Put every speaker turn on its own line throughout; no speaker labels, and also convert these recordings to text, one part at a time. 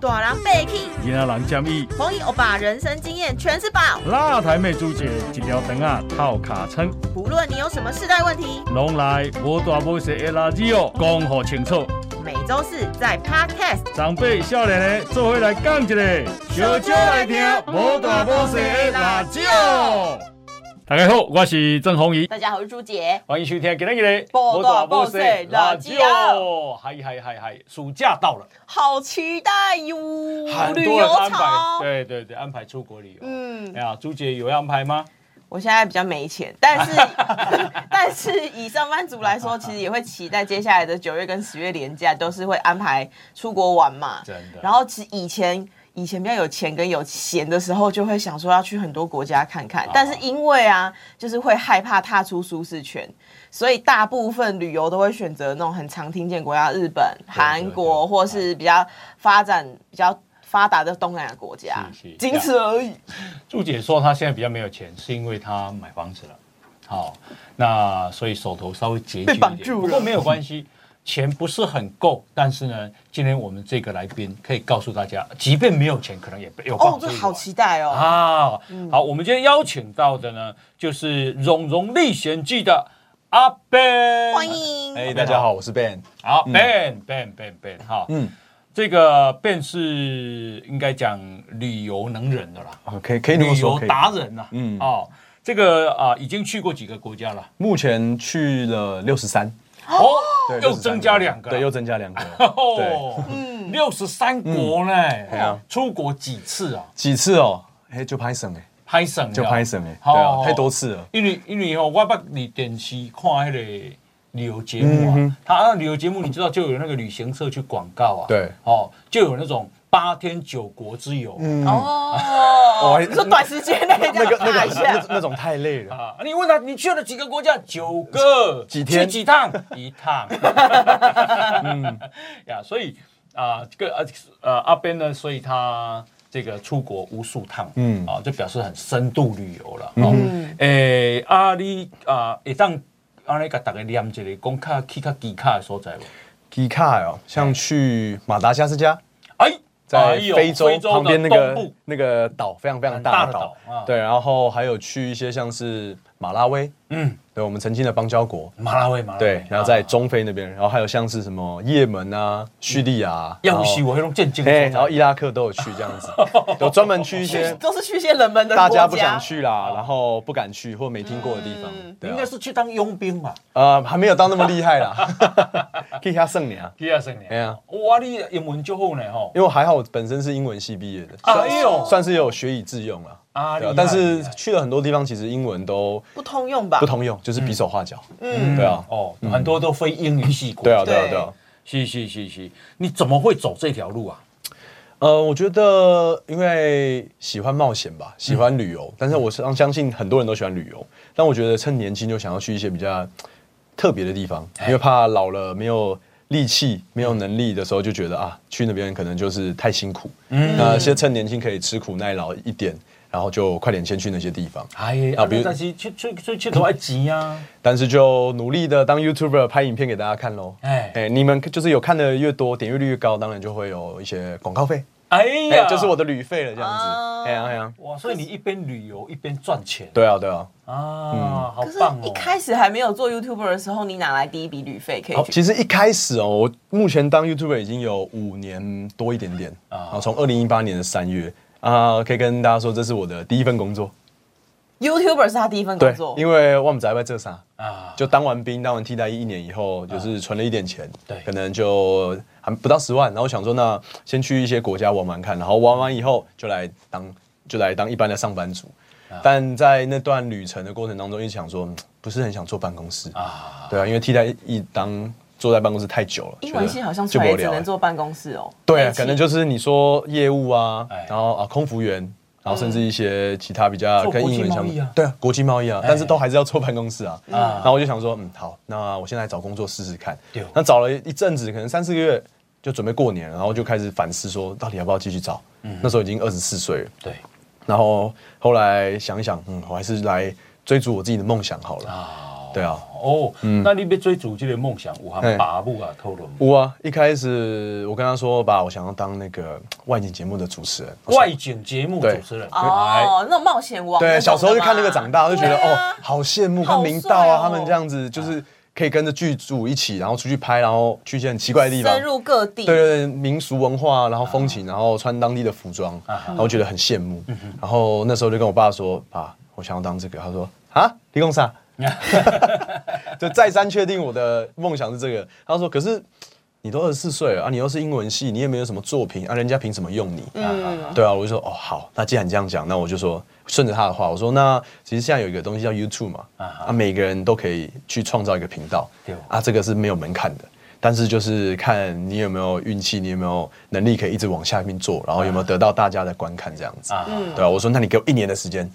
大人被气，
囡仔人建议，
黄奕欧巴人生经验全是宝。
辣台妹主姐一条肠啊套卡称，
不论你有什么世代问题，
拢来无大无小的垃圾哦，讲好清楚。
每周四在 Podcast
长辈少年的做伙来讲一个，
小少来听无大无小的辣椒。
哦大家好，我是郑宏仪，
大家好，我是朱杰。
欢迎收听今天的
无大无小的哦辣椒
哦嗨嗨嗨嗨，暑假到了，
好期待哟！嗯
很
旅
多人
游
安排，
潮，
对对对，安排出国旅游。
嗯
哎，呀，朱姐有要安排吗？
我现在比较没钱，但是 但是以上班族来说，其实也会期待接下来的九月跟十月连假都是会安排出国玩嘛。
真的
然后其实以前以前比较有钱跟有闲的时候，就会想说要去很多国家看看，但是因为啊，就是会害怕踏出舒适圈。所以大部分旅游都会选择那种很常听见国家，日本、韩国，
对
或是比较发展比较发达的东南亚国家
是是，
仅此而已。
朱姐说她现在比较没有钱，是因为她买房子了。好，那所以手头稍微拮据一
被绑
点，
住了
不过没有关系，钱不是很够，但是呢，今天我们这个来宾可以告诉大家，即便没有钱，可能也有
哦
帮，助
这
我。
好期待哦！
啊！好，我们今天邀请到的呢，就是《蓉蓉历险记》的阿 Ben，
欢。迎。
哎、大家好，我是 Ben。
好，Ben Ben Ben Ben，哈，嗯
嗯，
这个 Ben 是应该讲旅游能人的啦，
可以可以这么
旅
说，
游
可以。
达人呐、嗯
嗯，
哦，这个啊、已经去过几个国家了，
目前去了六十三，
哦，
对，
又
63
增加两个，，
对，又增加两个对，
哦，六十三国呢、
啊
出国几次啊？
几次哦？哎，就拍省哎，
拍省了
就拍省哎，
哦
对啊，太多次了。
因为因为哦，我捌你电视看迄个旅游节
嗯
目啊，他、那旅游节目你知道就有那个旅行社去广告啊，
对
哦，就有那种八天九国之游，嗯
哦，
哇
你说短时间内这
嗯那
样
个那
打一
个那
下，
那种太累了，
啊，你问他你去了几个国家？九个，
几天
去几 趟？一 趟，呀，所以啊，这个呃呃阿边呢，所以他这个出国无数趟，嗯
嗯
啊，就表示很深度旅游了。嗯，诶，啊你啊，会当安尼甲大家念一个，讲较去较奇卡的所在无？
吉卡哦，像去马达加斯加，
哎，
在
哎呦
非洲
的
旁边那
东
个
部
那个岛，非常非常
大
大
的
的
岛
岛
啊，
对，然后还有去一些像是马拉维，
嗯，
对，我们曾经的邦交国，
马拉维，马拉维，
对，然后在
啊
中非那边，然后还有像是什么也门啊、叙利亚啊，
嗯要
然后
是我迄种震惊的所
哎，
在，
然后伊拉克都有去 这样子，有专门去一些
都是去一些冷门的
大
国
家不想去啦，然后不敢去或没听过的地方
嗯，
对
应
啊
该是去当佣兵嘛。
呃还没有到那么厉害啦， 可以下剩你啊，
第二十年，
哎呀
哇，你英文就好呢吼。
因为还好我本身是英文系毕业的，
啊
算
哎呦
算是有学以致用了
啊
对
厉害
但是
厉害
去了很多地方，其实英文都
不通用吧？
不。通用，就是比手画脚，
嗯，
对啊，
哦，很多都非英语系国
对
家。
啊，对啊，
对
对啊。
是是是是，你怎么会走这条路啊？
呃，我觉得因为喜欢冒险吧，喜欢旅游，但是我相相信很多人都喜欢旅游，但我觉得趁年轻就想要去一些比较特别的地方，因为怕老了没有力气、没有能力的时候，就觉得啊，去那边可能就是太辛苦。嗯，那先趁年轻可以吃苦耐劳一点，然后就快点先去那些地方，
哎，
啊
啊，
比如
但是去去去去多爱急啊，
但是就努力的当 YouTuber 拍影片给大家看喽。
哎
哎、你们就是有看的越多，点阅率越高，当然就会有一些广告费，
哎
哎、
呀，
就是我的旅费了这样子。
哦
哎呀哎呀。
哇，所以你一边旅游一边赚钱
对啊，对啊，
啊，好
可是
棒
一
哦！
开始还没有做 YouTuber 的时候，你哪来第一笔旅费可以
好，
去？
其实一开始哦，我目前当 YouTuber 已经有五年多一点点
啊
啊，然后从二零一八年的三月啊、可以跟大家说，这是我的第一份工作，
YouTuber 是他第一份工
对
作，，
因为我们在外这啥，
啊，
就当完兵、当完替代役一年以后，就是存了一点钱，
对
可能就还不到十万，然后想说那先去一些国家玩玩看，然后玩完以后就来当就来当一般的上班族，但在那段旅程的过程当中，一直想说嗯不是很想坐办公室
啊，
对啊，因为替代役当坐在办公室太久了，
英文系好像出
就
来
无
也只
聊
能。坐办公室哦。
对啊，
飞机
可能就是你说业务啊
哎，
然后啊空服员，然后甚至
嗯
一些其他比较
做
跟
国际
英文
贸
相
易啊
关，对啊，国际贸易啊，但是都还是要坐办公室啊。
啊
然后我就想说，嗯，好，那我现在找工作试试看
对。
那找了一阵子，可能三四个月，就准备过年了，然后就开始反思说，到底要不要继续找？
嗯
那时候已经二十四岁了。
对
然后后来想一想，嗯，我还是来追逐我自己的梦想好了。
啊，
对啊，
哦，那你要追逐这个梦想，有行
嘿
爸母啊讨论吗。
我啊，一开始我跟他说，爸，我想要当那个外景节目的主持人。我说
外景节目主持人，哎，
哦，那种冒险王那种的
对，
嘛，
小时候就看那个长大，就觉得、
对
哦
啊，哦
好羡慕，看明道啊，他们这样子就是可以跟着剧组一起，然后出去拍，然后去一些很奇怪的地方
深。入各地，
对对对，民俗文化，然后风情，然后穿当地的服装，
啊
然后觉得很羡慕。然后那时候就跟我爸说：“爸，我想要当这个。”他说：“啊，李工啥？”就再三确定我的梦想是这个。他说：“可是你都二十四岁了啊，你又是英文系，你也没有什么作品啊，人家凭什么用你？”
嗯，
对啊，我就说哦好，那既然你这样讲，那我就说顺着他的话，我说那其实现在有一个东西叫 YouTube 嘛，
啊
啊每个人都可以去创造一个频道
对哦，
啊这个是没有门槛的，但是就是看你有没有运气，你有没有能力可以一直往下面做，然后有没有得到大家的观看这样子，
啊
对啊，我说那你给我一年的时间，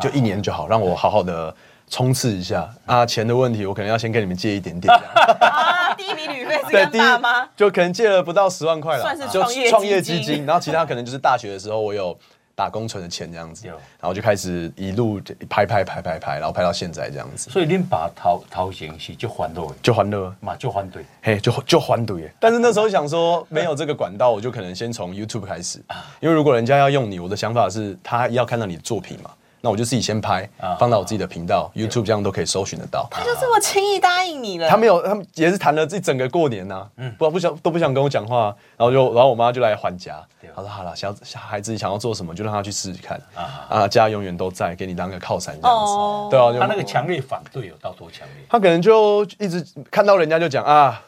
就一年就好，让我好好的冲刺一下啊钱的问题，我可能要先跟你们借一点点这样。
啊，第一笔旅费是
对，
跟
第
爸妈
一。就可能借了不到十万块了，
算是
啊
创业
就创业
基
基
金
金，然后其他可能就是大学的时候我有打工存的钱这样子，
有
然后就开始一路拍拍拍拍拍，然后拍到现在这样子，
所以恁爸头头前是就反对的，
就还了，
嘛就反对，
嘿，就就还赌耶。但是那时候想说没有这个管道，我就可能先从 YouTube 开始，因为如果人家要用你，我的想法是他要看到你的作品嘛。那我就自己先拍
啊，
放到我自己的频道，YouTube 这样都可以搜寻得到。
他就这么轻易答应你了，
他没有，他们也是谈了一整个过年呐、
嗯
不不想都不想跟我讲话，然后就然后我妈就来还家
对，
她说好了，小小孩子想要做什么就让他去试试看
啊
啊家永远都在，给你当个靠山这样子，
哦
对啊，就
他那个强烈反对有到多强 烈？
他可能就一直看到人家就讲啊。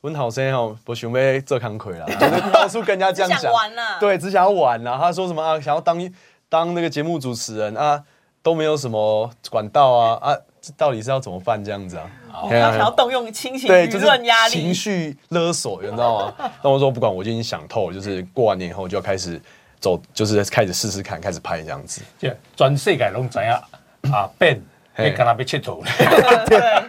温好生哦，不想要做康亏啦，就是到处跟人家这 样
只想
讲，
玩啊啦
对，只想要玩啦。他说什么啊，想要当当那个节目主持人啊，都没有什么管道啊啊，这到底是要怎么办这样子啊？嘿
然
啊
后想要动用亲情
对，
舆
就是
论压力，
情绪勒索，你知道吗？ 那我说不管，我就已经想透了，就是过完年以后就要开始走，就是开始试试看，开始拍这样子。
这全世界拢知影啊变，你
嘿
干那要佚佗 咧？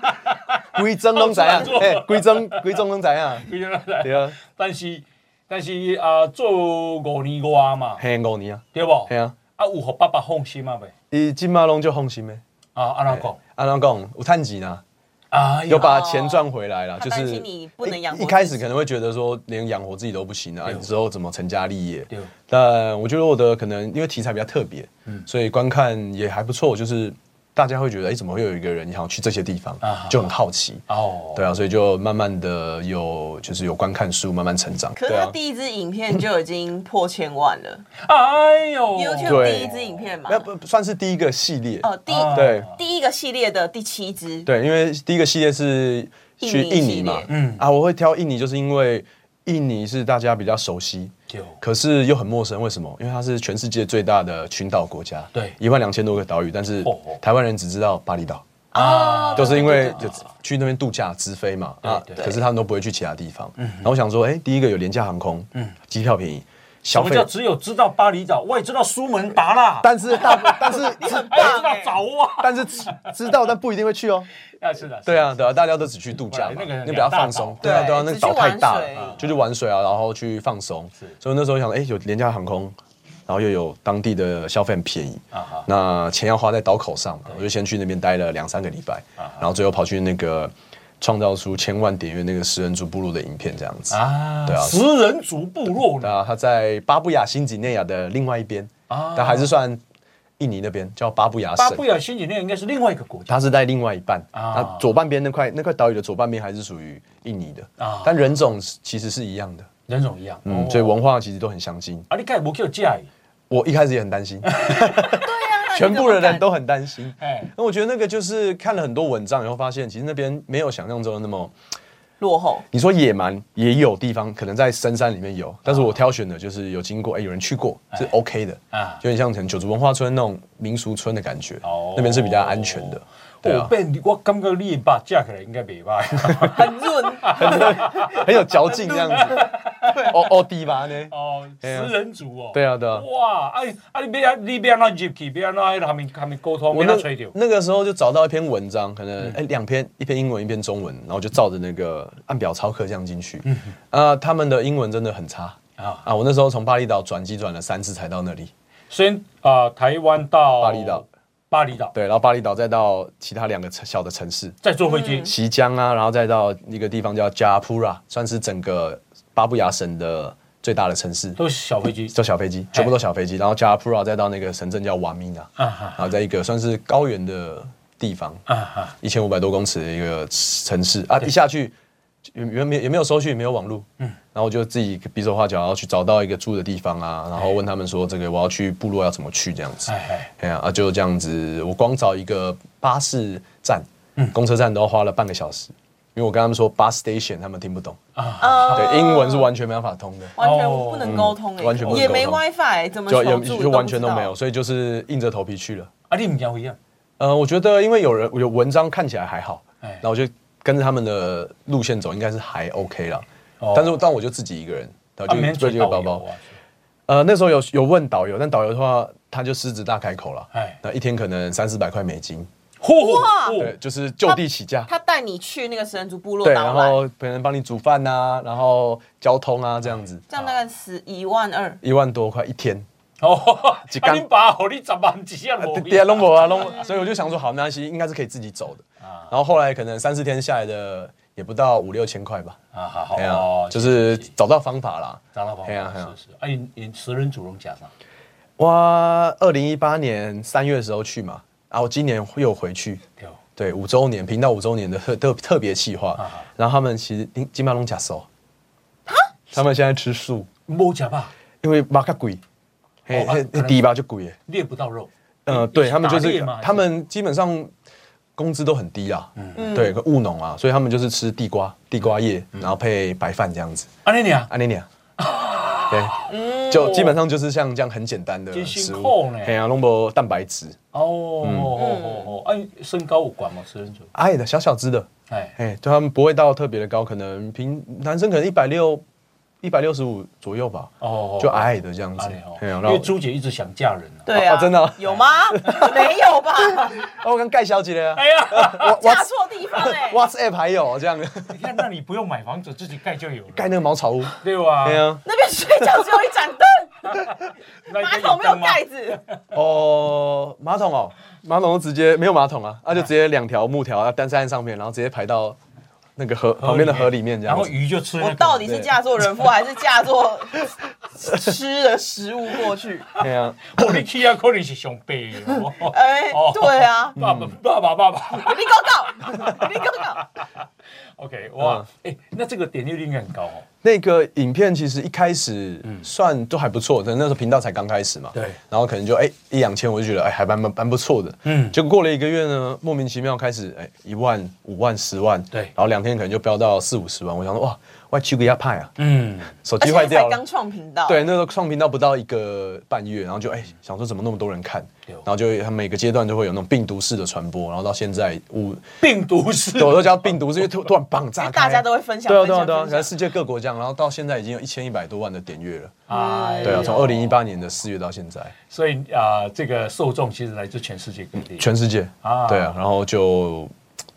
规整 拢怎样
到处？
哎，规整规整拢怎样？
你知道吗
对啊，
但是但是啊，做五年外嘛，
嘿五年啊，
对不？
嘿啊，
啊，有互爸爸放心啊未？
伊今嘛拢就放心咩？
啊，安怎讲？
安怎讲？有趁钱啊，
哎
有
呦，
把钱赚回来了，
他
就
担
是
心你不能养活
一一开
自
始可能会觉得说连养活自己都不行啊，
对
你之后怎么成家立业
对？
但我觉得我的可能因为题材比较特别，
嗯
所以观看也还不错，就是大家会觉得哎、诶怎么会有一个人想要去这些地方
啊，
就很好奇。
哦，
对啊，所以就慢慢的有就是有观看数，慢慢成长。
可是
对
他
啊，
第一支影片就已经破千万了
哎呦，
，YouTube
对
第一支影片嘛，
那不算是第一个系列，
哦，第
啊
对
第一个系列的第七支，
对，因为第一个系列是去
印尼
印
系
尼嘛
列，
嗯
嗯啊，我会挑印尼，就是因为印尼是大家比较熟悉，
对
可是又很陌生，为什么？因为它是全世界最大的群岛国家，
对
一万两千多个岛屿，但是
哦哦
台湾人只知道巴厘岛，
啊
哦，
就是因为
对对对
就去那边度假直飞嘛，啊，
对嗯对
可是他们都不会去其他地方。然后我想说，哎，第一个有廉价航空，嗯，机票便宜，
什
消
么
费
叫，只有知道巴厘岛，我也知道苏门答腊，
但是大 部，但是
还有知道爪哇，
但是知知道，但不一定会去哦。
啊是的，
对啊，对啊，大家都只去度假
不
嘛，
然那个
比较放
两
松
大岛。
对啊，
对
对啊，那
只
个
去
岛太大
玩水
了，就去玩水啊，然后去放松
是。
所以那时候想，哎，有廉价航空，然后又有当地的消费很便宜
啊哈，
那钱要花在刀口上嘛，我就先去那边待了两三个礼拜，
啊
然后最后跑去那个创造出千万点阅那个食人族部落的影片这样子。
啊，
对啊
食人族部落呢，
那他在巴布亚新几内亚的另外一边，
啊
但还是算印尼那边，叫巴布亚
巴
省
布。亚新几内亚应该是另外一个国家
它是在另外一半，
啊
它左半边那块那块岛屿的左半边还是属于印尼的
啊
但人种是其实是一样的，
人种一样，
嗯，
哦
所以文化其实都很相近。
啊，你看无叫嫁伊，
我一开始也很 担心，
对啊，那你
全部
怎么
的
敢
人都很担心。
哎，
那我觉得那个就是看了很多文章以后，发现其实那边没有想象中的那么。
落 后，
你说野蛮也有地方，可能在深山里面有，但是我挑选的就是有经过，哎，有人去过是 OK 的
啊
啊，有点像成九族文化村那种民俗村的感觉
哦，
那边是比较安全的。对
我
啊，
变我感觉你爸嫁起来应该袂歹，
很 润，
很有嚼劲 这样子。哦哦，低吧呢？
哦，食
对啊
人族哦，
对啊对啊
哇，哎啊你别你别那入去，别那他们他们沟通，
我
别
那
那吹嗯掉，
那个时候就找到一篇文章，可能哎两篇，一篇英文，一篇中文，然后就照着那个按表操课这样进去。
嗯
啊，他们的英文真的很差
啊
啊！啊，我那时候从巴厘岛转机转了三次才到那里。
先啊台湾到
巴厘岛，
巴厘岛，
对，然后巴厘岛再到其他两个城小的城市，
再坐飞机，
綦江啊，然后再到一个地方叫加普拉，算是整个巴布亚省的最大的城市，
都是小飞机。
坐小飞机，全部都小飞机，然后加普拉再到那个城镇叫瓦米纳，
啊哈
然后在一个算是高原的地方，
啊哈，
一千五百多公尺的一个城市啊，一下去也也没也没有收讯，没有网络，嗯，然后我就自己比手画脚，然后去找到一个住的地方啊，然后问他们说这个我要去部落要怎么去这样子
哎，哎，
哎呀啊就这样子，我光找一个巴士站、
嗯
公车站都花了半个小时，因为我跟他们说 bus station，他们听不懂，
啊
呃
对，英文是完全没办法通的。
完全
哦
不能沟通哎，
完全不能
也没
沟通
WiFi，怎么
就
求
也
助
就完全
都
都
不知道
没有，。所以就是硬着头皮去了。
啊，你唔惊危险？
呃，我觉得因为有人有文章看起来还好，
哎
然后我就跟着他们的路线走，应该是还 OK 了。
哦
但是但我就自己一个人，然
啊，
后
明天
就背
去
这个
导
包
游
包。
啊，
呃，那时候有有问导游，但导游的话他就狮子大开口了
哎，
那一天可能三四百块美金，
嚯
哇
对，
嚯，
就是就地起价。
他带你去那个神族部落
对，然
导览，
后别人帮你煮饭呐、然后交通啊，这样子，
这样大概十一万二。
一万多块一天，
哦，
一
啊，
天
你爸好，你十万只啊，
对对啊，弄我啊弄，所以我就想说，好，没关系，应该是可以自己走的。
啊
然后后来可能三四天下来的也不到五六千块吧，
啊，好好
哎呀
哦，，
就是找到方法啦。
长老房，
哎呀哎呀
是是，啊，你你十人组拢加上，
哇，二零一八年三月的时候去嘛，然后今年又回去，
对哦，
对，五周年频道五周年的特特特别企划
啊，
然后他们其实金金马龙假手，他们现在吃素，
冇食吧，
因为马卡贵，嘿，
哦啊
嘿
可能
低吧就贵耶。
猎不到肉，
呃，
你
对他们就
打猎
是
吗还
他们基本上工资都很低啊，嗯，对，务农啊，所以他们就是吃地瓜、地瓜叶，
嗯
然后配白饭这样子。
啊，你俩
阿尼尼 啊，对，就基本上就是像这样很简单的
真嗯辛
食
苦
物
呢，
嘿啊，弄不蛋白质，
哦
嗯
哦哦哦，啊，你身高有关吗？十人组，
矮啊的小小只的，
哎，
嘿，对他们不会到特别的高，可能平男生可能一百六、一百六十五左右吧，
哦，
就矮矮的这样
啊
子
你哦，，
嘿啊，
因
然
为
后
朱姐一直想嫁人啊，
对
啊
啊，
真的啊
有 吗？没有吧？
哦我跟盖小姐的啊
哎呀，
我我
嫁错地方哎。
WhatsApp 还有这样
你看，那你不用买房子，自己盖就有
盖
了，
那个茅草屋，
对吧？
对，啊，
那边睡觉只有一盏 灯，
那你
马
可以
桶没有
当吗
盖子，
哦，马桶哦，马桶都直接没有马桶啊，那、就直接两条木条啊，单在上面，然后直接排到那个河旁边的河里面这
然
样
后
子。
鱼就吃那个。
我 到底是嫁做人妇还是嫁做 吃的食物过去？
对啊，
哦，你去啊，可能是上辈的 哦。
哎
哦，
对啊，
爸爸，爸爸，爸爸。
你搞搞，你搞 搞，
OK，哇，
嗯
哎，那这个点击率应该很高哦。
那个影片其实一开始算都还不错，但那时候频道才刚开始嘛。
对
然后可能就哎、一两千，我就觉得哎、还蛮蛮蛮不错的。
嗯
嗯。结果过了一个月呢，莫名其妙开始哎一、万、五万、十万。
对
然后两天可能就飙到四五十万，我想说哇，我去个亚派啊，
嗯，
手
而
机
且
坏
他
掉
才
了
刚。创频道，
对，，那时候创频道不到一个半月，然后就哎、想说怎么那么多人看，
对哦
然后就他每个阶段就会有那种病毒式的传播，然后到现在五，
病毒是
对，我都叫病毒，是因为突突然棒炸
嗯因
开，
为大家都会分享，
对啊
分
对啊
享，
对啊，
分
然
享。
后世界各国这样，然后到现在已经有一千一百多万的点阅了，
啊
对啊，
哎
从二零一，八年的四月到现在，
所以啊，这个受众其实来自全世界各地。
全世界
啊
对啊，然后就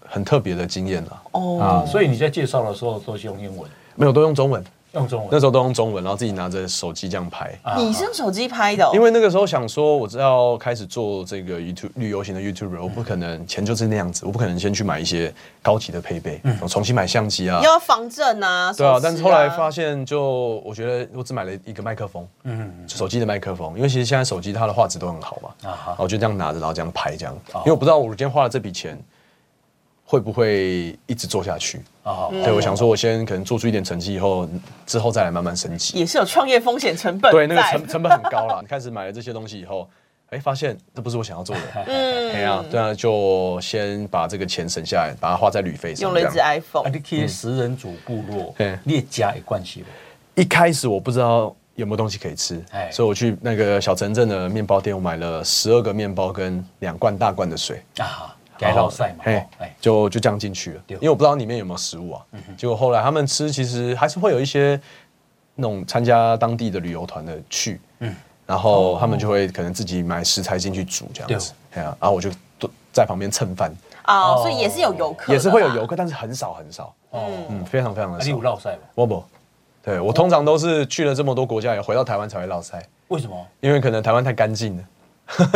很特别的经验了，
哦，
啊，所以你在介绍的时候都是用英文，
没有都用中文，
用中
那
文。
时候都用中文，然后自己拿着手机这样拍。
啊
你是用手机拍的哦，
因为那个时候想说，我知道开始做这个 YouTube 旅游型的 YouTuber，我不可能钱就是那样子，我不可能先去买一些高级的配备，我重新买相机啊
你，要防震啊，
对啊
手。持
但是后来发现，就我觉得我只买了一个麦克风，
嗯，
手机的麦克风，因为其实现在手机它的画质都很好嘛，
啊哈
然后就这样拿着，然后这样拍这样，因为我不知道我今天花了这笔钱会不会一直做下去。
啊，
对，我想说，我先可能做出一点成绩以后，之后再来慢慢升级。
也是有创业风险成本，
对，那个成，成本很高啦。你开始买了这些东西以后，哎，发现这不是我想要做的，哎呀，
嗯，
对啊，就先把这个钱省下来，把它花在旅费上。
用了一只
这样哎
iPhone
啊，。你去十人组部落
对，
你也加一关系不？
一开始我不知道有没有东西可以吃
哎，
所以我去那个小城镇的面包店，我买了十二个面包跟两罐大罐的水。
啊，改绕赛嘛，
哦嘿
哦哎，
就就这样进去了，
对嗯
因为我不知道里面有没有食物啊。结果后来他们吃，其实还是会有一些那种参加当地的旅游团的去，
嗯
然
哦
后他们就会可能自己买食材进去煮这样子，哎呀，然后我就都在旁边蹭饭，
啊、
哦
所以也是有游客，
也是会有游。客，但是很少很少，
哦，
嗯，非常非常的
啊，你有
少。
绕赛吗？
我不，对我通常都是去了这么多国家以后，回到台湾才会落塞，
为什么？
因为可能台湾太干净了。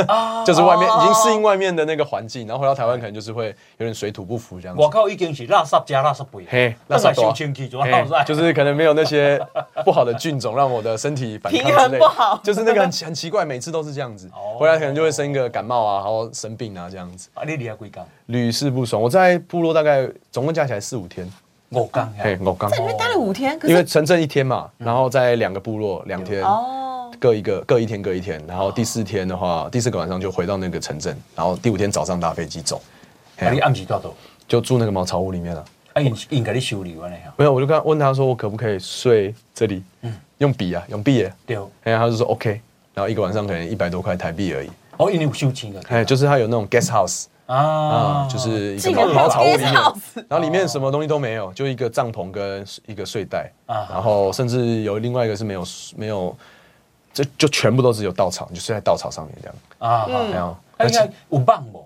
哦
就是外面已经适应外面的那个环境，然后回到台湾可能就是会有点水土不服这样子
外。口已经是垃圾加垃圾肥，
嗯嘿
咱
垃圾
来
多啊
修清气就 好噻。
哎就是可能没有那些 不好的菌种让我的身体反抗之类
平
的
衡不好
就是那个很很奇怪，每次都是这样子
哦，
回来可能就会生一个感冒啊，然后生病啊这样子，
啊，你离啊几工？
屡试不爽。我在部落大概总共加起来四五天，
五工
嘿，
呀。
我刚
在里面待了五天，可
因为
是嗯
城镇一天嘛，然后在两个部落两天，
哦，
各一个各一天各一天，然后第四天的话，第四个晚上就回到那个城镇，然后第五天早上搭飞机走，嘿
啊，你暗时多倒？
就住那个茅草屋里面了。
啊，因因给你修理完了呀。
没有，我就跟他问他说，我可不可以睡这里？
嗯
用笔啊，用笔耶。
对，
哎，他就说 OK，然后一个晚上可能一百多块台币而已。
哦，因为有修钱的。
哎，就是他有那种 guest house 啊，
啊，哦
就是一个
竟然
茅
还有
茅草屋里
guest
面
house，
然后里面什么东西都没有，就一个帐篷跟一个睡袋，
啊
然后甚至有另外一个是没有没有，这就全部都只有稻草，你就睡在稻草上面这样。
啊，
嗯
嗯，
然后
啊应该有棒无？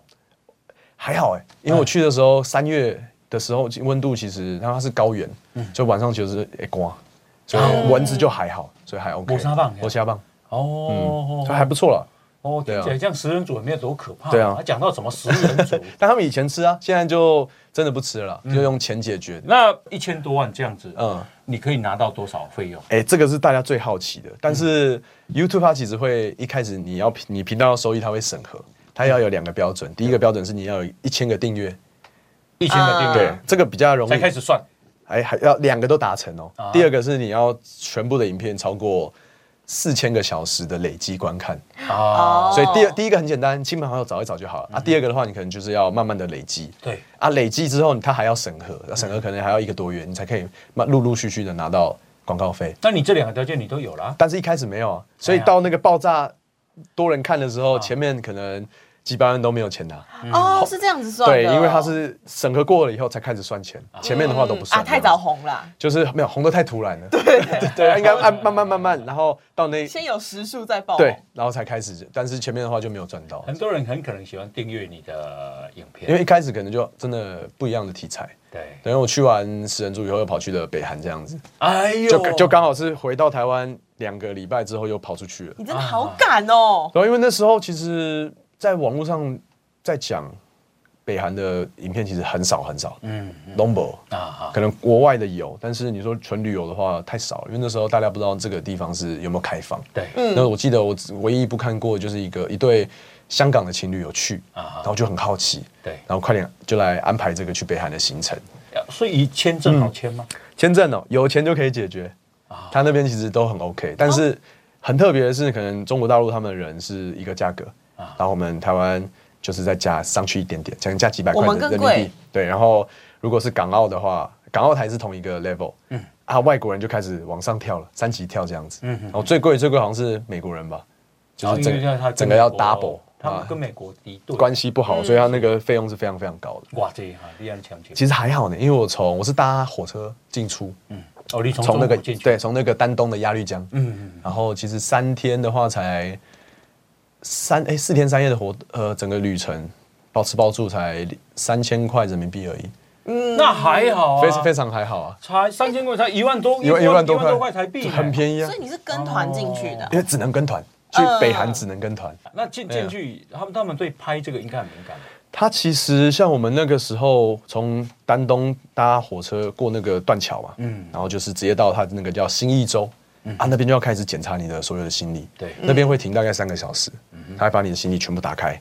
还好哎、因为我去的时候三月的时候温度其实它是高原，
嗯
就晚上就是会刮，所以蚊子就还好，所以还 OK。
没啥哦棒
我下棒，
哦
所以还不错了。
哦，听起
嗯对
来
啊
这样食人族也没有多可怕。
对啊
他讲到什么食人 族，
但他们以前吃啊，现在就真的不吃了啦，就用钱解决。
那一千多万这样子，
嗯
嗯，你可以拿到多少费用？
哎、这个是大家最好奇的。但是 YouTube 它其实会一开始你要你频道要收益，它会审核，它要有两个标准。第一个标准是你要有一千个订阅，
一千个订
啊
对
阅，
这个比较容
才
易
开。始算。
还还要两个都达成哦。
啊
第二个是你要全部的影片超过四千个小时的累积观看，
啊，
所以第二
哦
第一个很简单，亲朋好友找一找就好了。啊，第二个的话，你可能就是要慢慢的累积。
对，
啊，累积之后，它还要审核，啊审核可能还要一个多月，你才可以慢陆陆续续的拿到广告费。
那你这两个条件你都有了啊，
但是一开始没有啊，所
哎
以
呀
到那个爆炸多人看的时
啊
候，前面可能几百万都没有钱拿。
哦，是这样子算的，
嗯
嗯
对，因为它是审核过了以后才开始算钱，前面的话都不算。
啊，太早红了，
就是没有红的太突然了。对 对，应该按慢慢慢慢，然后到那
先有时数再爆红，
对，然后才开始，但是前面的话就没有赚到，
很多人很可能喜欢订阅你的影片，
因为一开始可能就真的不一样的题材。
对，
等于我去完食人族以后，又跑去了北韩这样子，
哎呦，
就就刚好是回到台湾两个礼拜之后又跑出去了。啊
你真的好敢哦，
然后因为那时候其实在网络上在讲北韩的影片，其实很少很少
嗯嗯
n u m b e r
啊啊，
可能国外的有，但是你说纯旅游的话太少了，因为那时候大家不知道这个地方是有没有开放。
对，
那我记得我唯一不看过的就是一个一对香港的情侣有去，
啊哈
然后就很好奇，
对啊
然后快点就来安排这个去北韩的行程。
所以签证
嗯
好签吗？
签证哦，有钱就可以解决，
啊
他那边其实都很 OK，但
哦
是很特别的是，可能中国大陆他们人是一个价格，
啊
然后我们台湾就是再加上去一点点，可能加几百块
我们
的
更
人民
贵
币，对，然后如果是港澳的话，港澳台是同一个 level，嗯。啊，外国人就开始往上跳了，三级跳这样子。嗯，然后最贵最贵好像是美国人吧，就是
然后
整
哦因为他
个
跟
整个要
美国
double，
他
啊
们嗯跟美国敌对
关系不好，所以他那个费用是非常非常高的。
哇，这哈，你安签签，
其实还好呢，因为我从我是搭火车进出，
哦，你从
从
中
那个
国进去，
对，从那个丹东的鸭绿江，
嗯，嗯
然后其实三天的话才三哎四天三夜的活呃整个旅程包吃包住才三千块人民币而已，
嗯，那还好啊，
非、非常还好啊，
才三千块，才一万多，
一万一万多
一
块
台币，
很
宜。
便宜啊
所以，你呃是跟团进去的
因为只能跟团，去北韩只能跟团。
那进进去，他们他们对拍这个应该很敏感的。
它其实像我们那个时候从丹东搭火车过那个断桥嘛，嗯，然后就是直接到它那个叫新义州，啊那边就要开始检查你的所有的行李，
对
那边会停大概三个小时，他会把你的行李全部打开，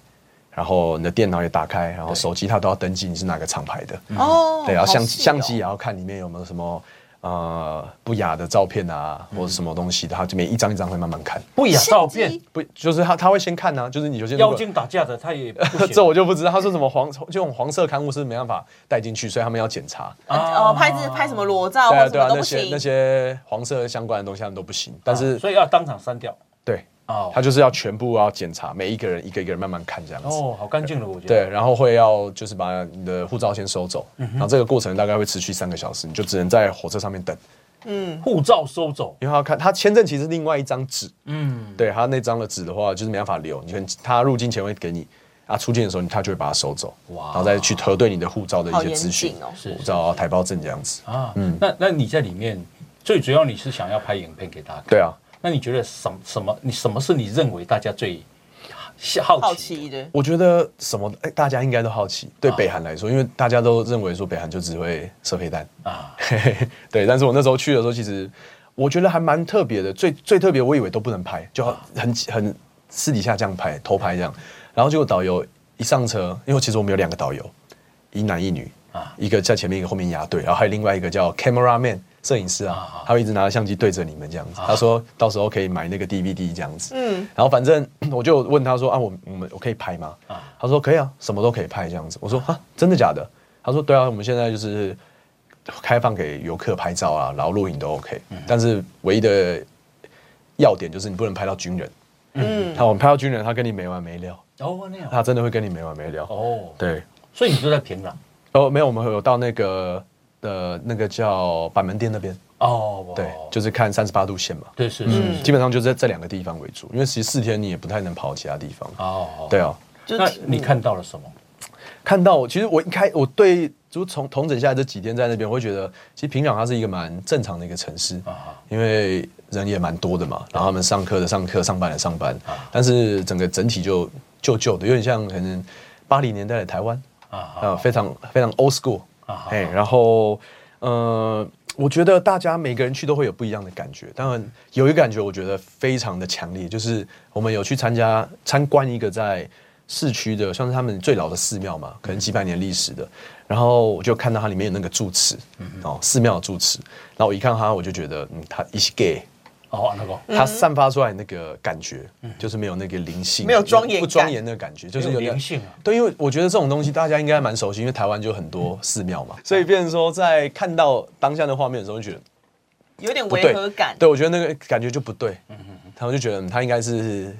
然后你的电脑也打开，然后手机它都要登记你是哪个厂牌的，
哦，
嗯对，然后相
好
机
细哦
相机也要看里面有没有什么呃不雅的照片啊，或者什么东西的，它这边一张一张会慢慢看，
不雅照片
相，机
不就是他他会先看呢、啊就是你有些如果
妖精打架的他也
这我
就
就不
嗯
知道。他说什么黄，这种黄色刊物是没办法带进去，所以他们要检查。
呃，
哦
拍自拍什么裸照
对
或
啊，
哦什
对
么
啊，
都
那
不
些
行哦
那。些黄色相关的东西他们都不行。但是
啊
啊
所以要当场删掉。
对，
哦
他就是要全部要检查，每一个人一个一个人慢慢看这样子。
哦，好干净了，我觉得。
对，然后会要就是把你的护照先收走，
嗯
然后这个过程大概会持续三个小时，你就只能在火车上面等，
对，护照收走。
因为他要看他签证其实是另外一张纸，
嗯，
对他那张的纸的话就是没办法留，你可能他入境前会给你，啊出境的时候他就会把它收走，
哇
然后再去核对你的护照的一
好
些
严
资讯
谨，哦
是
护照啊、台胞证这样子。
啊，
嗯
那那你在里面最主要你是想要拍影片给大家看。
对啊，
那你觉得什什么？你什么是你认为大家最好
好
奇
奇的。
我觉得什么，哎、大家应该都好奇。对北韩来说，因为大家都认为说北韩就只会射飞弹，
啊，
嘿嘿， 对，但是我那时候去的时候，其实我觉得还蛮特别的。最最特别，我以为都不能拍，就很很私底下这样拍，偷拍这样。然后结果导游一上车，因为其实我们有两个导游，一男一女
啊
啊，一个在前面，一个后面压队，然后还有另外一个叫 camera man 摄影师啊，他会一直拿着相机对着你们这样子。他说到时候可以买那个 DVD 这样子。
嗯
嗯，然后反正 我就问他说啊，我我们我可以拍吗？他说可以啊，什么都可以拍这样子。我说啊，真的假的？他说对啊，我们现在就是开放给游客拍照啊，然后录影都 OK，、但是唯一的要点就是你不能拍到军人。
嗯，
他我们拍到军人，他跟你没完没了，
哦那样
他真的会跟你没完没了。
哦，
对，
所以你就在平壤
哦，没有，我们有到那个呃那个叫板门店那边，
哦，
对，就是看三十八度线嘛，
对是是
嗯
嗯基本上就在这两个地方为主，因为其实四天你也不太能跑其他地方。
哦，
对，啊，
就
那你看到了什么？
看到我，其实我一开我对就从同整下来这几天在那边，我会觉得其实平壤它是一个蛮正常的一个城市，
啊
因为人也蛮多的嘛，然后他们上课的上课，上班的上班，但是整个整体就旧旧的，有点像可能八零年代的台湾
啊
啊，非常非常 old school
啊
哎，然后呃，我觉得大家每个人去都会有不一样的感觉。当然，有一个感觉我觉得非常的强烈，就是我们有去参加参观一个在市区的，像是他们最老的寺庙嘛，可能几百年历史的。然后我就看到它里面有那个住持，
嗯
哦，寺庙的住持。然后我一看它，我就觉得，嗯，它一是 gay。
哦那个
嗯
它散发出来那个感觉，就是没有那个灵性，
没有庄严
不庄
感
严的感觉，就
嗯
是
没有
有点
灵性啊
对，因为我觉得这种东西大家应该蛮熟悉，因为台湾就很多寺庙嘛，嗯 所以变成说在看到当下的画面的时候，就觉得
有点
不
违
对
和感，
对我觉得那个感觉就不对，他们就觉得嗯他应该是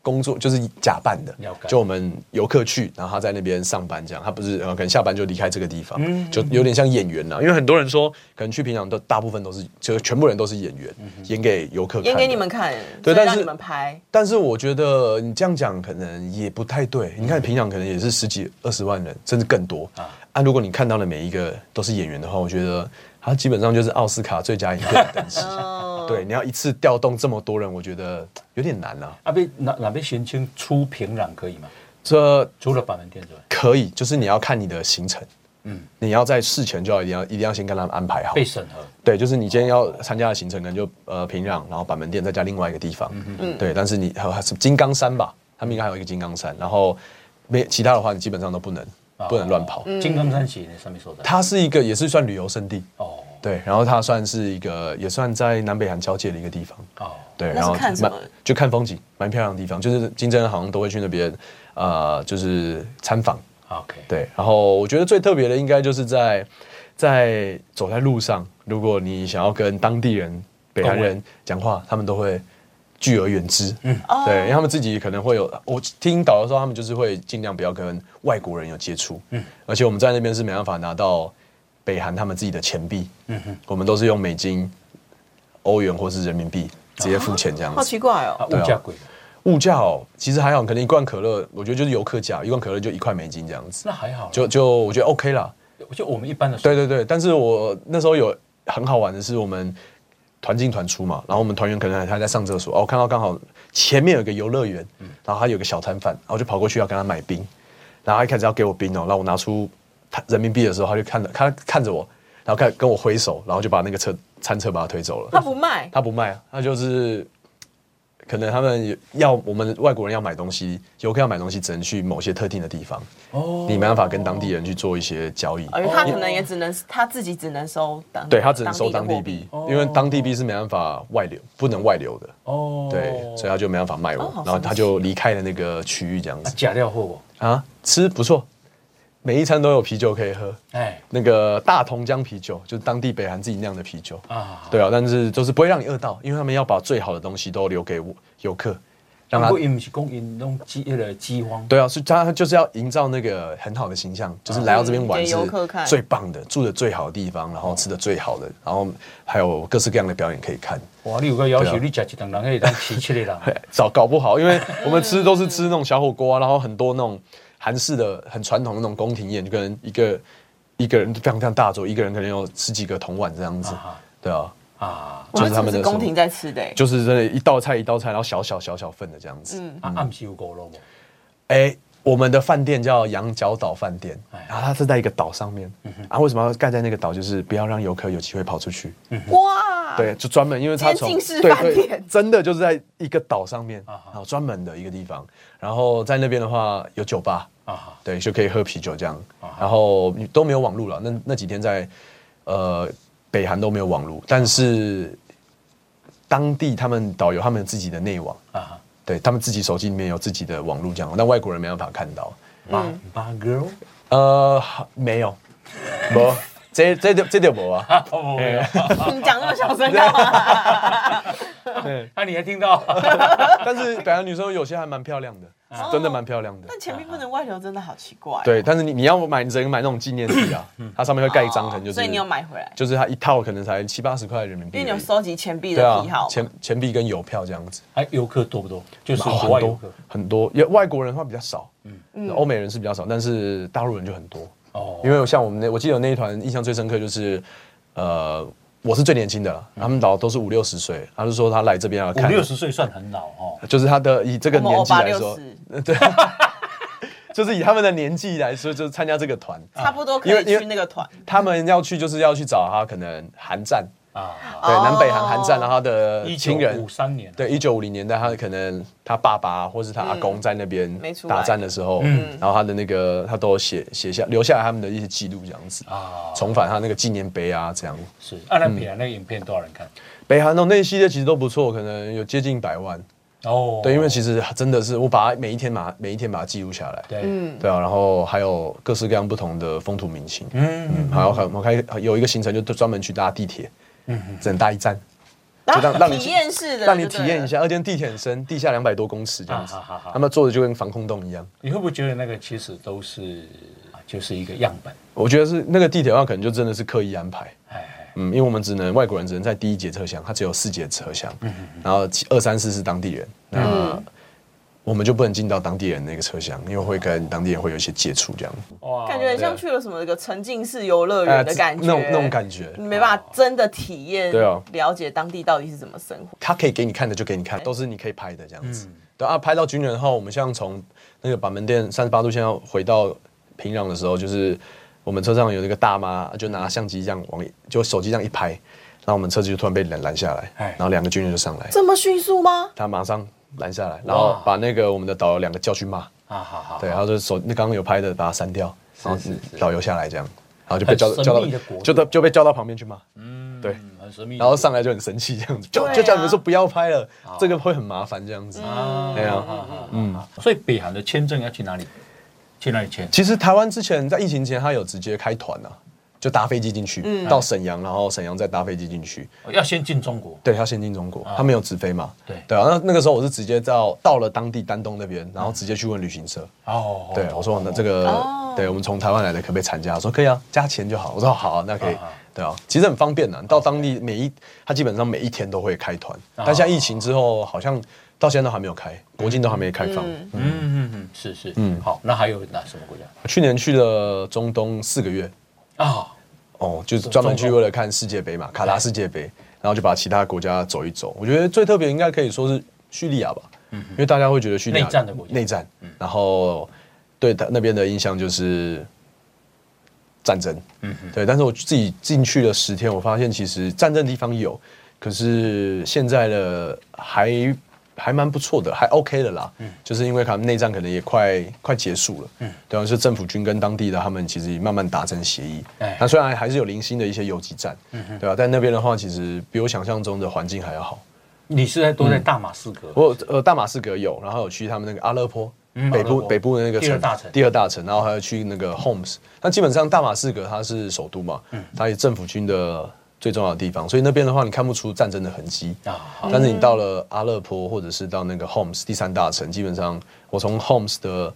工作就是假扮的
了解，
就我们游客去，然后他在那边上班这样，他不是呃可能下班就离开这个地方，就有点像演员啦，因为很多人说可能去平壤都大部分都是就是全部人都是演员，演给游客看的，
演给你们看，所
对
以
但
让
是
你们拍，
但是我觉得你这样讲可能也不太对。你看平壤可能也是十几、二十万人，甚至更多嗯啊。如果你看到的每一个都是演员的话，我觉得他基本上就是奥斯卡最佳影片的 等级。
嗯，
对，你要一次调动这么多人，我觉得有点难啊。
啊，被哪哪边贤清出平壤可以吗？
这
除了板门店之外，
可以，就是你要看你的行程，
嗯
嗯，你要在事前就要一定要一定要先跟他们安排好
被。审核
对，就是你今天要参加的行程，可能就呃平壤，然后板门店，再加另外一个地方。
嗯
对，但是你还有还有什么金刚山吧，他们应该还有一个金刚山，然后没其他的话，你基本上都不能、不能乱
嗯
跑。。
哦金刚山是那上面所在。
它是一个也是算旅游胜地，
哦
对，然后它算是一个也算在南北韩交界的一个地方。
哦，
对，
那是
然后
看什
蛮
么
就看风景，蛮漂亮的地方。就是金正恩好像都会去那边，呃，就是参访。
啊 OK，
对，然后我觉得最特别的应该就是在在走在路上，如果你想要跟当地人、北韩人讲话，他们都会拒而远之。嗯，
哦
对，因为他们自己可能会有，我听导游说他们就是会尽量不要跟外国人有接触。嗯，而且我们在那边是没办法拿到北韩他们自己的钱币。嗯哼，我们都是用美金、欧元或是人民币直接付钱这样
好
子。
奇怪哦
啊，，物价贵，
物价哦，其实还好，可能一罐可乐，我觉得就是游客价，一罐可乐就一块美金这样子。
那还好啦，
就就我觉得 OK 啦，
就我们一般的
对对对，但是我那时候有很好玩的是，我们团进团出嘛，然后我们团员可能还在上厕所，哦，我看到刚好前面有个游乐园，
嗯
然后他有个小摊贩，然后我就跑过去要跟他买冰，然后他一开始要给我冰哦，然后我拿出他人民币的时候，他就看着他看着我，然后看跟我挥手，然后就把那个车餐车把他推走了。
他不卖，
他不卖啊，他就是可能他们有要我们外国人要买东西，游客要买东西，只能去某些特定的地方，
哦
你没办法跟当地人去做一些交易。
而哦他可能也只能他自己只能收当，
对他只能收
的
当地
货嗯
币，因为当地币是没办法外流，不能外流的，
哦，
对，所以他就没办法卖我，
哦好神奇
然后他就离开了那个区域这样
啊
子
假料货哦，
啊，吃不错，每一餐都有啤酒可以喝，
哎
那个大同江啤酒就是当地北韩自己酿的啤酒，
哦
啊，
对啊，但是就是不会让你饿到，因为他们要把最好的东西都留给我游客，让
啊
不
他
过因不是讲因弄饥那个饥荒，
对啊，是他就是要营造那个很好的形象，就是来到这边
嗯
玩
给
是
游客看
最棒的，住的最好的地方，然后吃的最好的，然后还有各式各样的表演可以看。
哇，你有个要求，
对啊
你吃一顿人可以当七七个人，
早搞不好，因为我们吃都是吃那种小火锅啊，然后很多那种韩式的很传统的那种宫廷宴，就可能一个一个人非常非常大桌，一个人可能有十几个铜碗这样子
啊哈，
对啊，
啊
我
就是他们
只
的
是宫廷在吃的欸，
就是真的，一道菜一道菜，然后小小小小份的这样子。
嗯，
啊，暗时有狗肉无？
哎、我们的饭店叫羊角岛饭店，
哎
然后它是在一个岛上面，啊，为什么要盖在那个岛？就是不要让游客有机会跑出去。
哇，
对，，就专门因为它从
啊监禁式
对
饭
对
店，
真的就是在一个岛上面，
啊哈
然后专门的一个地方，然后在那边的话有酒吧，
啊哈，
对，就可以喝啤酒这样
啊哈，
然后都没有网络了。那那几天在呃北韩都没有网络，但是当地他们导游他们有自己的内网，
啊哈，
对他们自己手机里面有自己的网络这样，但外国人没办法看到。
八八 girl，
呃，好没有，没， 这这就这就没啊。
哦，
哎
你讲那么小 声干嘛？
对，
那啊你还听到？
但是北韩女生有些还蛮漂亮的，
哦
真的蛮漂亮的。
但前面不能外流，真的好奇怪。，哦
对，但是你你要买，你只能买那种纪念 币啊，它上面会盖一张，可能就是。
哦所以你有买回来，
就是它一套可能才七八十块人民币
因
而已，
为你有收集钱币
对
的
啊
癖好，嘛。
钱钱币跟邮票这样子，
哎，游客多不多？就是
哦
国外
很
游
多
客
很多，也外国人的话比较少，嗯，欧美人是比较少，但是大陆人就很多，
哦
因为像我们那我记得我那一团印象最深刻就是，呃，我是最年轻的啦，他们老都是五六十岁，他就说他来这边要
嗯五
看，
六十岁算很老哦。
就是他的以这个
我们
年
欧
纪
巴
来
六
说，
十，
就是以他们的年纪来说，就是参加这个团，
差不多
因
可
为
以
因为
去那个团。
他们要去就是要去找他可能韩战，
啊，
对，
哦
南北韩韩战，然后他的
一九
亲呃人
五。三年，
对，一九五零年代，他可能他爸爸或是他阿公在那边
没出来
打战的时候，
嗯
然后他的那个他都有写写下留下来他们的一些记录这样子，
啊，
重返他那个纪念碑啊这样。
是啊，那比啊，那个影片多少人看？
北韩的哦那一系列其实都不错，可能有接近百万。
哦，
对，因为其实真的是我把它每一天把它每一天把它记录下来。
对，嗯
对啊，然后还有各式各样不同的风土民情，
嗯，
嗯，还有很我还有一个行程就专门去搭地铁，嗯，只能搭一站，
然
就让
后
让你
啊体验式的，
让你体验一。下，而且地铁很深，地下两百多公尺这样子
啊好好好，
他们做的就跟防空洞一样。
你会不会觉得那个其实都是啊就是一个样本？
我觉得是那个地铁的话，可能就真的是刻意安排。
哎哎，
嗯，因为我们只能外国人只能在第一节车厢，它只有四节车厢，
嗯哎
然后其二三四是当地人，
嗯
那我们就不能进到当地人那个车厢，因为会跟当地人会有一些接触这样，
哇啊
感觉很像去了什么一个沉浸式游乐园的感觉，
呃啊那种那种感觉，
你没办法真的体验，
对啊
了解当地到底是怎么生活。
他可以给你看的就给你看，都是你可以拍的这样
嗯
子。对啊，拍到军人后，我们像从那个板门店三十八度线要回到平壤的时候，就是我们车上有那个大妈，就拿相机这样往就手机这样一拍，然后我们车子就突然被拦拦下来，
哎
然后两个军人就上来，
这么迅速吗？
他马上拦下来，然后把那个我们的导游两个叫去骂，
啊，好好，
对，然后就手那刚刚有拍的把它删掉，然后
是是
导游下来这样，然后就被叫
很神
叫到
秘的国度
就到就被叫到旁边去骂，
嗯，
对
嗯，很神秘，
然后上来就很生气这样子，就
对啊
就叫你们说不要拍了，这个会很麻烦这样子。
啊，
对啊
啊，嗯，所以北韩的签证要去哪里？去哪里签？
其实台湾之前在疫情前，他有直接开团啊，就搭飞机进去，
嗯
到沈阳，然后沈阳再搭飞机进去。
要先进中国，
对，他先进中国，他没有直飞嘛？
对
对啊，那那个时候我是直接到到了当地丹东那边，然后直接去问旅行社，
哦，
对我说那这个，
哦
对我们从台湾来的可不可以参加？我说可以啊，加钱就好。我说好啊、那可以
啊哦啊，
对啊，其实很方便的、你到当地每一，他基本上每一天都会开团，
啊
但现在疫情之后好像到现在都还没有开，国境都还没开放。
嗯
嗯嗯嗯嗯，是是，嗯，好，那还有哪什么国家
去年去了中东四个月，
啊？
哦，就是专门去为了看世界杯嘛，
嗯
卡达世界杯，然后就把其他国家走一走。我觉得最特别应该可以说是叙利亚吧，因为大家会觉得叙利
嗯
亚
内战的国家嗯
内战，然后对他那边的印象就是战争，
嗯
对。但是我自己进去了十天，我发现其实战争地方有，可是现在的还。还蛮不错的，还 OK 的啦。就是因为他们内战可能也快快结束了，嗯，对啊，是政府军跟当地的他们其实慢慢达成协议。
哎
那虽然还是有零星的一些游击战，对啊吧、但那边的话，其实比我想象中的环境还要好。
你是在都在大马士革？
我有呃大马士革有，然后有去他们那个阿勒颇，
嗯
北
阿勒
部
颇
北部的那个
第二大城
第二大城，然后还有去那个 Homs。那基本上大马士革它是首都嘛，
嗯
它也政府军的最重要的地方，所以那边的话你看不出战争的痕迹。
啊，好
但是你到了阿勒颇，或者是到那个 Homs 第三大城，基本上我从 Homs 的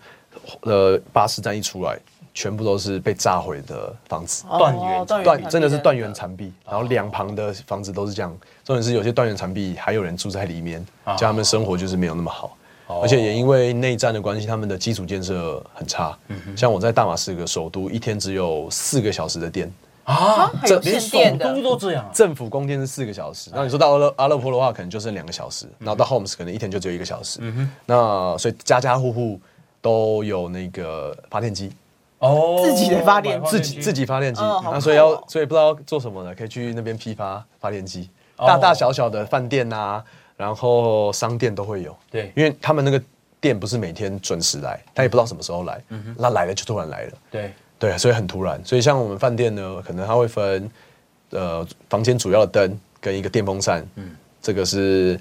呃巴士站一出来，全部都是被炸毁的房子。
断垣
哦
断
残壁
真的是断垣残壁，然后两旁的房子都是这样。重点是有些断垣残壁还有人住在里面，叫他们生活就是没有那么好。而且也因为内战的关系，他们的基础建设很差。像我在大马士革首都，一天只有四个小时的电，
啊，
还有
这
连
限电
首都
的，
都这样啊，
政府供电是四个小时，那你说到阿勒阿勒颇的话，可能就剩两个小时，然后到 Homes 可能一天就只有一个小时。那所以家家户户都有那个发电机，
哦，
自己的发电
买
自己自己发电机，
哦好
那所以
酷哦
要所以不知道做什么呢，可以去那边批发发电机，大大小小的饭店啊，然后商店都会有，
对
因为他们那个店不是每天准时来，他也不知道什么时候来，那来了就突然来了。
对，
对，所以很突然。所以像我们饭店呢，可能它会分呃房间主要的灯跟一个电风扇，嗯，这个是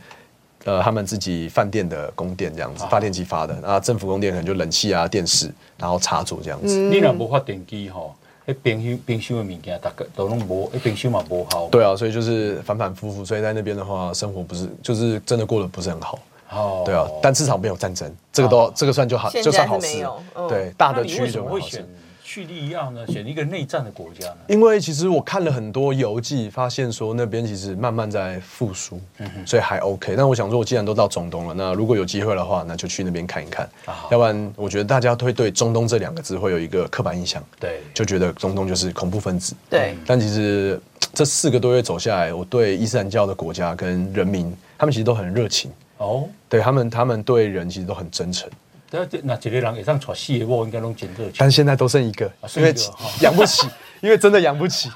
呃他们自己饭店的供电这样子，发电机发的。那政府供电可能就冷气啊、电视，然后插座这样
嗯
子。
你若无发电机吼，迄冰箱冰箱的物件大概都拢无，迄冰箱嘛无效。
对啊，所以就是反反复复，所以在那边的话，生活不是就是真的过得不是很好。
哦，
对啊，但至少没有战争，这个都这个算就好，
哦现在
就算好
是没
事
有嗯。
对，大
那
的
你
区
为
域
什
就
么
没
会
有好事
选。叙利亚呢？选一个内战的国家呢？
因为其实我看了很多游记，发现说那边其实慢慢在复苏，
嗯
所以还 OK。但我想说，我既然都到中东了，那如果有机会的话，那就去那边看一看。
啊
要不然，我觉得大家会对中东这两个字会有一个刻板印象，
对
就觉得中东就是恐怖分子。
对，
但其实嘖这四个多月走下来，我对伊斯兰教的国家跟人民，他们其实都很热情，
哦，
对他们，他们对人其实都很真诚。
那这那一个人会上娶四个某，应该拢真热情。
但现在都剩一个，
啊剩
因
一
为
个
起
哈
养不起，因为真的养不起。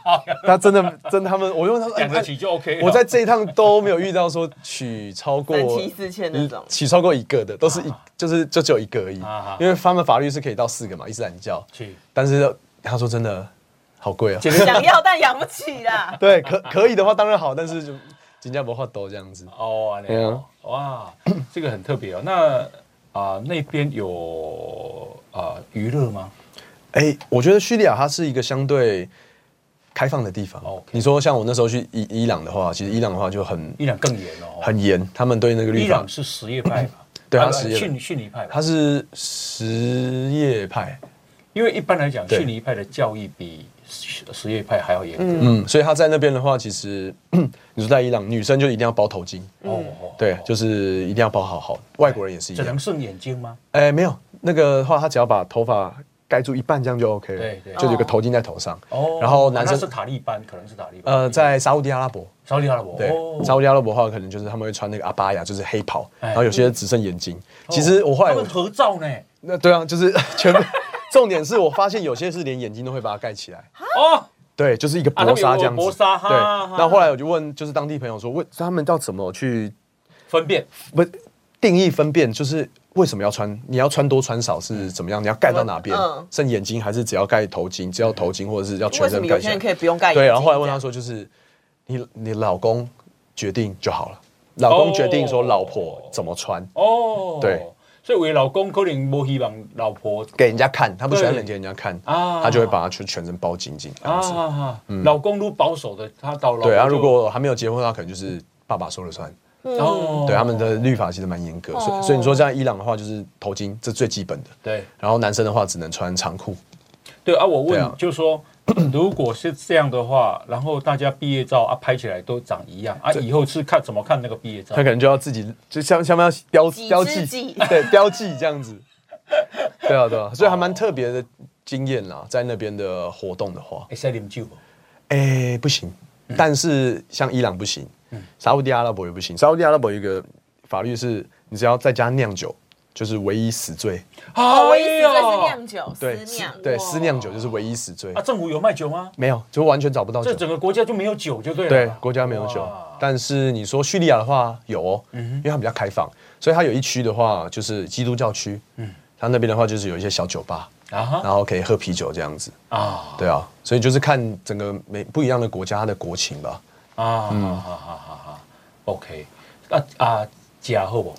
他真的真的他们，我就问他说，哎
养得起就 OK 了
我在这一趟都没有遇到说取超过嗯
三妻四妾那种
取超过一个的，都是一就是就只有一个而已
啊啊啊。
因为他们法律是可以到四个嘛，伊斯兰教。
是
但是他说真的好贵啊。。
一个
想要但养不起啦
对，可可以的话当然好，但是就新加坡话多这样子。
哦，安尼
对
哦
啊，
哇，这个很特别哦。那啊、那边有啊娱乐吗？
哎，我觉得叙利亚它是一个相对开放的地方
OK。
你说像我那时候去伊伊朗的话，其实伊朗的话就很
伊朗更严哦，
很严，他们对那个
伊
律法
朗，是什叶派吧？
对
啊
他是什叶派
逊逊尼派吧
他。是什叶派，
因为一般来讲，
对
逊尼派的教义比什什叶派还要严格。
嗯，所以他在那边的话，其实你说在伊朗，女生就一定要包头巾，
哦哦，
对，就是一定要包好好，外国人也是一
只
样
能，剩眼睛吗？
哎，没有那个的话，他只要把头发盖住一半，这样就 OK 了，
对对
就有个头巾在头上，
哦，
然后
啊
男
那是
生
塔利班，可能是塔利班。
呃，在沙烏地阿拉伯。
沙利阿拉伯，
对，
哦
沙烏地阿拉伯的话，可能就是他们会穿那个阿巴雅，就是黑袍，
哎
然后有些只剩眼睛。
哦
其实我后来
他
我
们合照呢。
那对啊，就是全部。 重点是我发现有些是连眼睛都会把它盖起来，
哦，
对，就是一个薄纱这
啊他
样
们有
子。
薄纱哈
对
哈，
那后来我就问，就是当地朋友说，为他们要怎么去
分辨
不定义分辨，就是为什么要穿？你要穿多穿少是怎么样？你要盖到哪边？
嗯
剩眼睛还是只要盖头巾？只要头巾，或者是要 全
为什
身
么有
盖起
些
来
人？可以不用盖眼镜？
对，然后后来问他说，就是你你老公决定就好了，老公决定说老婆怎么穿。
哦，
对，
所以为老公可能无希望老婆
给人家看，他不喜欢
对
给人家看，
啊
他就会把他全全身包紧紧这样子。
啊，老公如保守的，他到老
对啊，
婆就
如果还没有结婚的话，可能就是爸爸说了算。
哦，
对他们的律法其实蛮严格，所
哦
以所以你说像伊朗的话，就是头巾，这最基本的。
对
然后男生的话只能穿长裤，
对啊，我问、
对啊
就是说， 如果是这样的话，然后大家毕业照啊拍起来都长一样啊，以后是看怎么看那个毕业照
他可？能就要自己就像像要标
几只
标记
鸡，
对标记这样子。对啊对啊，所以还蛮特别的经验啦，在那边的活动的话，
会使啉酒无？
哎不行，
嗯
但是像伊朗不行，沙烏地阿拉伯也不行，沙烏地阿拉伯有一个法律是，你只要在家酿酒。就是唯一死罪，
哦，
啊
我意思就是酿酒，
哎对，
私酿，
对，私酿酒就是唯一死罪
啊，，政府有卖酒吗？
没有，就完全找不到
这
酒。
整个国家就没有酒就对了。
对，国家没有酒
哇，嗯
但是你说叙利亚的话有哦，因为它比较开放，所以它有一区的话就是基督教区，嗯，它那边的话就是有一些小酒吧，
啊哈
然后可以喝啤酒这样子，
啊
对啊，所以就是看整个每不一样的国家它的国情吧。
啊啊啊啊啊！OK，啊啊，食好不？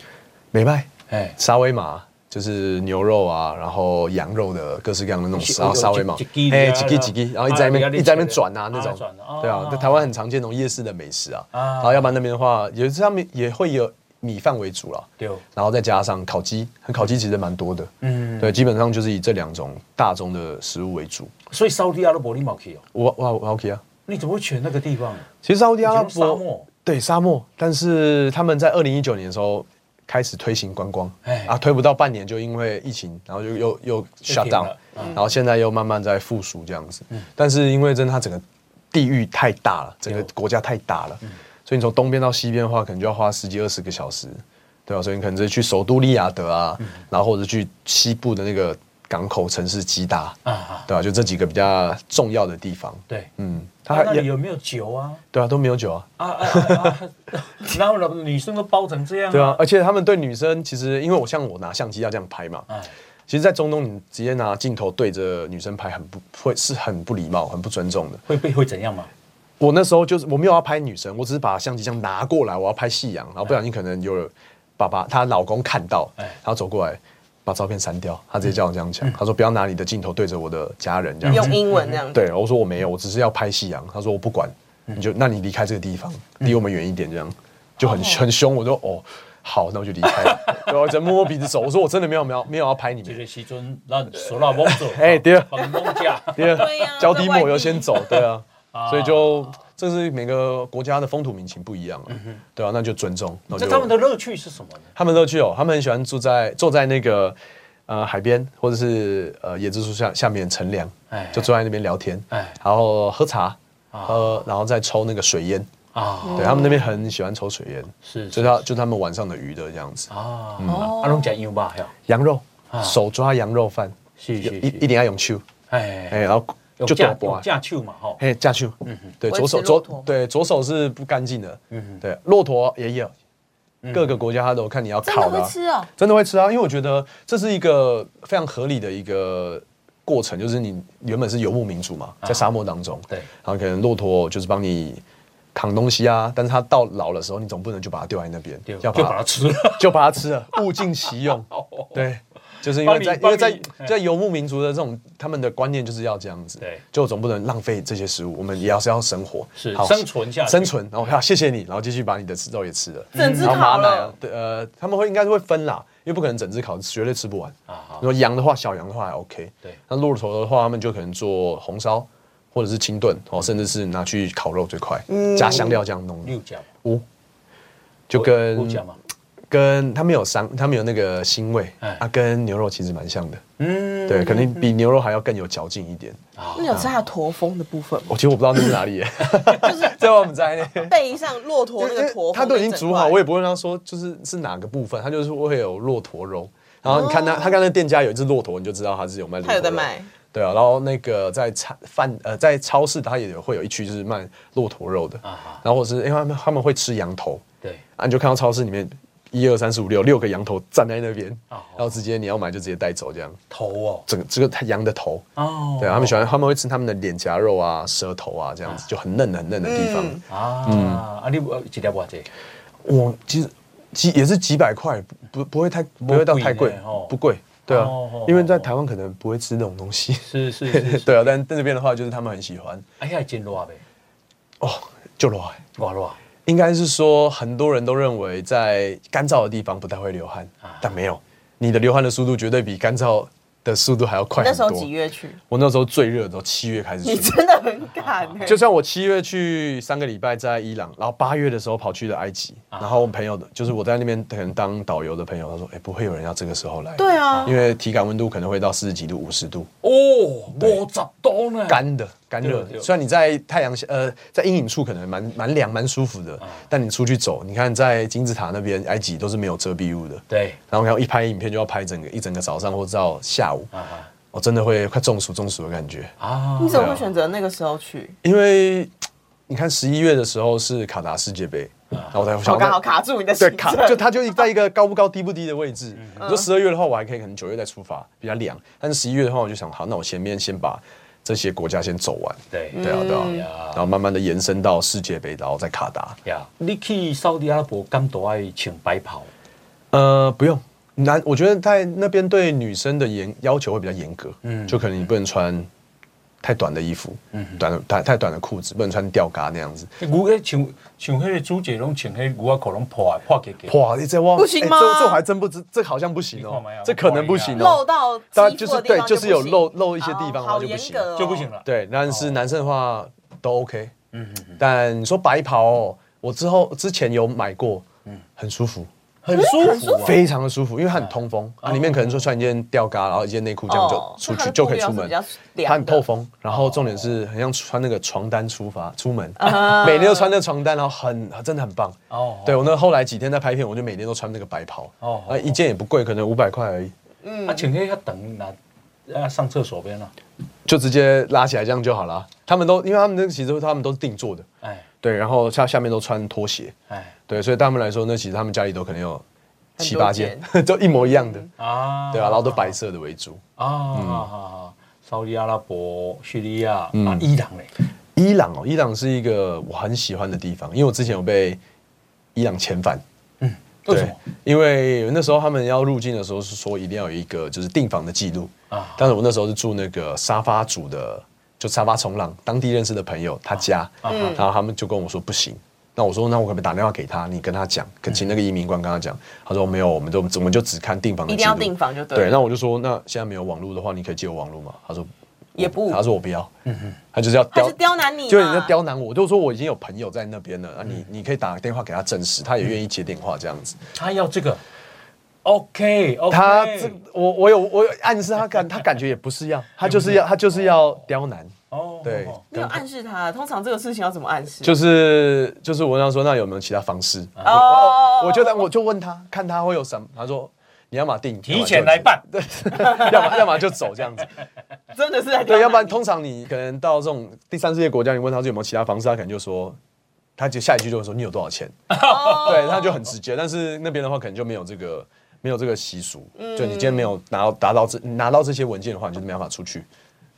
美拜
哎，
沙威玛就是牛肉啊，然后羊肉的各式各样的那种
是
沙沙威玛，哎，
几
几滴
几
几
几
滴，然后一直在那
啊
边
你
一
要
直在那边
你
转啊那
啊
种
转的哦，
对啊，在台湾很常见那种夜市的美食啊，
啊
然后要不然那边的话，有时他们也会有米饭为主啦。
对，
然后再加上烤鸡，烤鸡其实蛮多的，
嗯，
对，基本上就是以这两种大宗的食物为主。
所以沙特阿拉伯你冇去哦，
我我我 OK 啊，
你怎么会选那个地方？
其实沙特阿拉
以前都是
伯
沙漠
对沙漠，但是他们在二零一九年的时候开始推行观光
哎，
啊，推不到半年就因为疫情，然后就又又 shut
停
down，
了嗯嗯
然后现在又慢慢在复苏这样子。但是因为真的它整个地域太大了，整个国家太大了，
嗯
所以你从东边到西边的话，可能就要花十几二十个小时，对吧、所以你可能是去首都利雅得啊，
嗯
然后或者去西部的那个港口城市基达，
啊啊，
对吧、就这几个比较重要的地方。
对，
嗯，它
他那
还
里
也
有没有酒啊？
对啊，都没有酒啊，
啊啊啊！啊然后女生都包成这样，
对啊，，而且他们对女生其实，因为我像我拿相机要这样拍嘛，
哎，
其实，在中东你直接拿镜头对着女生拍，很不会是很不礼貌、很不尊重的。
会被会怎样嘛？
我那时候就是我没有要拍女生，我只是把相机这样拿过来，我要拍夕阳，然后不小心可能有爸爸她老公看到，
哎
然后走过来把照片删掉，他直接叫我这样讲，他说不要拿你的镜头对着我的家人这样
用
子。
英文这样。，
对，我说我没有，我只是要拍夕阳。他说我不管，你就那你离开这个地方，离我们远一点，这样就很很凶。我说哦，好，那我就离开了。然后只摸摸鼻子走，我说我真的没有没有没有要拍你
这
们。
个时阵，咱手拉摸走，
哎对啊
帮摸架，
第二
对呀
脚底抹油先走，对啊
啊，
所以就这是每个国家的风土民情不一样啊，对啊，那就尊重。那
那
就
嗯他们的乐趣是什么呢？
他们乐趣哦，他们很喜欢住在坐在那个呃海边或者是呃椰子树下下面乘凉
哎，
就坐在那边聊天，
哎
然后喝茶，喝然后再抽那个水烟，
啊，
对他们那边很喜欢抽水烟，
是
就是他就是他们晚上的娱乐这样子，
啊，
哦
啊，拢食羊肉，哟，
羊肉手抓羊肉饭，
是
有
是
一一定要用手，哎，
哎，
然后
有
就
架
大
有
波。
架手嘛，吼，
嘿，架球，对，
维
左
持
手
骆
左
驼
对左手是不干净的，
嗯
对，骆驼也有，各个国家它都有看你要
真
烤
的会
的啊，
吃哦。
真的会吃啊，因为我觉得这是一个非常合理的一个过程，就是你原本是游牧民族嘛，在沙漠当中，
啊对
然后可能骆驼就是帮你扛东西啊，但是它到老的时候，你总不能就把它丢在那边
对，，就
要把
把它
它
吃了，
就把它吃了，物尽其用，对。就是因为在因
帮你
为在
帮你
在游牧民族的这种他们的观念就是要这样子，
对
就总不能浪费这些食物，我们也要是要生活，
是
好
生存下去
生存，然后好谢谢你，然后继续把你的肉也吃了，
整只
然后
烤
马奶啊
了，
对呃，他们会应该是会分啦，因为不可能整只烤，绝对吃不完。
啊好
如果羊的话，小羊的话还 OK，
对
那骆驼的话，他们就可能做红烧或者是清炖，哦，甚至是拿去烤肉最快，加香料这样弄
你，有食吗，
哦，就跟
有食嘛，
跟他们有香，他们有那个腥味，
哎
啊，跟牛肉其实蛮像的，
嗯，
对，肯定比牛肉还要更有嚼劲一点。
啊
那你有吃它的驼峰的部分吗？
我其实我不知道那是哪里耶，就是 在我们在那。
背上骆驼那个驼峰，
他都已经煮好，我也不会让他说就是是哪个部分，他就是会有骆驼肉。然后你看他，他看那店家有一只骆驼，你就知道他是有卖骆
他哦
驼
有
肉。
在卖。
对啊，然后那个在餐饭呃在超市，他也有会有一区就是卖骆驼肉的，
啊，
然后或者是因哎为他们他们会吃羊头，
对，
啊你就看到超市里面一二三四五六六个羊头站在那边，
啊
然后直接你要买就直接带走这样，
头哦，
整个这个羊的头，
哦，
对啊，他们喜欢他们会吃他们的脸颊肉啊、舌头啊这样子，就很嫩很嫩的地方。
嗯
啊，啊，你有一粒偌济？
我其实几也是几百块，不不会太不会到太贵
呢哦，
不贵，对啊
哦哦，
因为在台湾可能不会吃那种东西，
是是是， 是
对啊，但在这边的话就是他们很喜欢
啊，遐真热呗，
哦，就罗海。
偌热
应该是说很多人都认为在干燥的地方不太会流汗
啊，
但没有，你的流汗的速度绝对比干燥的速度还要快
你那
很
时候几
多。
月 去？
我那时候最热的时候七月开始
你
去，
真的很敢哎、
就像我七月去三个礼拜在伊朗，然后八月的时候跑去了埃及，然后我朋友的就是我在那边可能当导游的朋友，他说：“哎、不会有人要这个时候来。”
对啊
因为体感温度可能会到四十几度、五十度，
哦，五十度呢，
干的、干
对
热
对
的。虽然你在太阳下，呃，在阴影处可能蛮蛮凉、蛮舒服的，但你出去走，你看在金字塔那边，埃及都是没有遮蔽物的。
对，
然后然后一拍影片就要拍整个一整个早上或者到下午，
啊
我、真的会快中暑、中暑的感觉。
啊，
你怎么会选择那个时候去？
因为你看十一月的时候是卡达世界杯，然后我才
我
想
刚好卡住你的行程，
对卡就它就在一个高不高低不低的位置。
嗯
你说十二月的话，我还可以可能九月再出发，比较凉。但是十一月的话，我就想好，那我前面先把这些国家先走完，
对
对啊对
嗯
啊，
呀
然后慢慢的延伸到世界杯，然后再卡达。
呀，你去沙特阿拉伯敢都爱穿白袍，
呃，不用。男，我觉得在那边对女生的严要求会比较严格，嗯，就可能你不能穿太短的衣服，嗯，短的太太短的裤子，不能穿吊嘎那样子。
牛个像像迄个主角拢穿迄牛仔裤拢破的破结结，
哇，你这哇哎
不行吗
这这我还真不知，这好像不行
你看
哦
嘛呀，
这可能不行
漏
哦。
到肌
当然
肤
就
的
是
地
对
方，
就是有漏漏
一
一些地方的话就不行，
哦
就不行。了。
对，但是男生的话都 OK，嗯，但你说白袍哦，我之后之前有买过，嗯，很舒服，
很舒服啊。
非常的舒服，因为它很通风
嗯
啊，里面可能说穿一件吊嘎，然后一件内裤这样就
哦
出
它
去
的
就可以
布料
出
是
门
比较，凉的
它很透风，然后重点是很像穿那个床单出发出门，
啊
每天都穿那个床单，然后很真的很棒
哦
哦。对我那后来几天在拍片，我就每天都穿那个白袍
哦
哦，啊一件也不贵，可能五百块而已，
啊，请天要等哪？啊，上厕所边啊。
就直接拉起来这样就好了。他们都因为他们那个其实他们都是定做的，
哎
对，然后下下面都穿拖鞋，
哎
对，所以对他们来说，那其实他们家里都可能有
很
七
多
八件， 都一模一样的，
啊，
对啊，然嗯后都白色的为主。
啊啊，沙特阿拉伯、叙利亚
嗯
啊，伊朗嘞，
伊朗哦，伊朗是一个我很喜欢的地方，因为我之前有被伊朗遣返。
为什么？
因为那时候他们要入境的时候是说一定要有一个就是订房的记录
啊
啊。但是我那时候是住那个沙发主的，就沙发冲浪当地认识的朋友他家，
嗯
然后他们就跟我说不行。那我说，那我可不可以打电话给他？你跟他讲，
嗯
跟请那个移民官跟他讲。他说没有，我们都我们就只看订房的
一
记
定
录。
要订房就对了
对，那我就说，那现在没有网络的话，你可以借我网络吗？他说
也
我
不
他说我不要。他就是要
他
刁
是刁难你嘛，
就人家刁难我，我就说我已经有朋友在那边了，啊你你可以打个电话给他证实，他也愿意接电话这样子。
他要这个，OK OK，
他这我我有我有暗示他感他感觉也不是要，他就是要他就是要刁难，
哦
对，
没有暗示他。通常这个事情要怎么暗示？
就是就是我跟他说那有没有其他方式？
哦
我就我就问他看他会有什么，他说你要么定
提前来，办，
要么就要 么就走这样子，
真的是在刁难
对，
你
要不然通常你可能到这种第三世界国家，你问他说有没有其他方式，他可能就说。他就下一句就会说你有多少钱，对，他就很直接。但是那边的话，可能就没有这个没有这个习俗，就你今天没有拿到达到这拿到这些文件的话，你就没办法出去。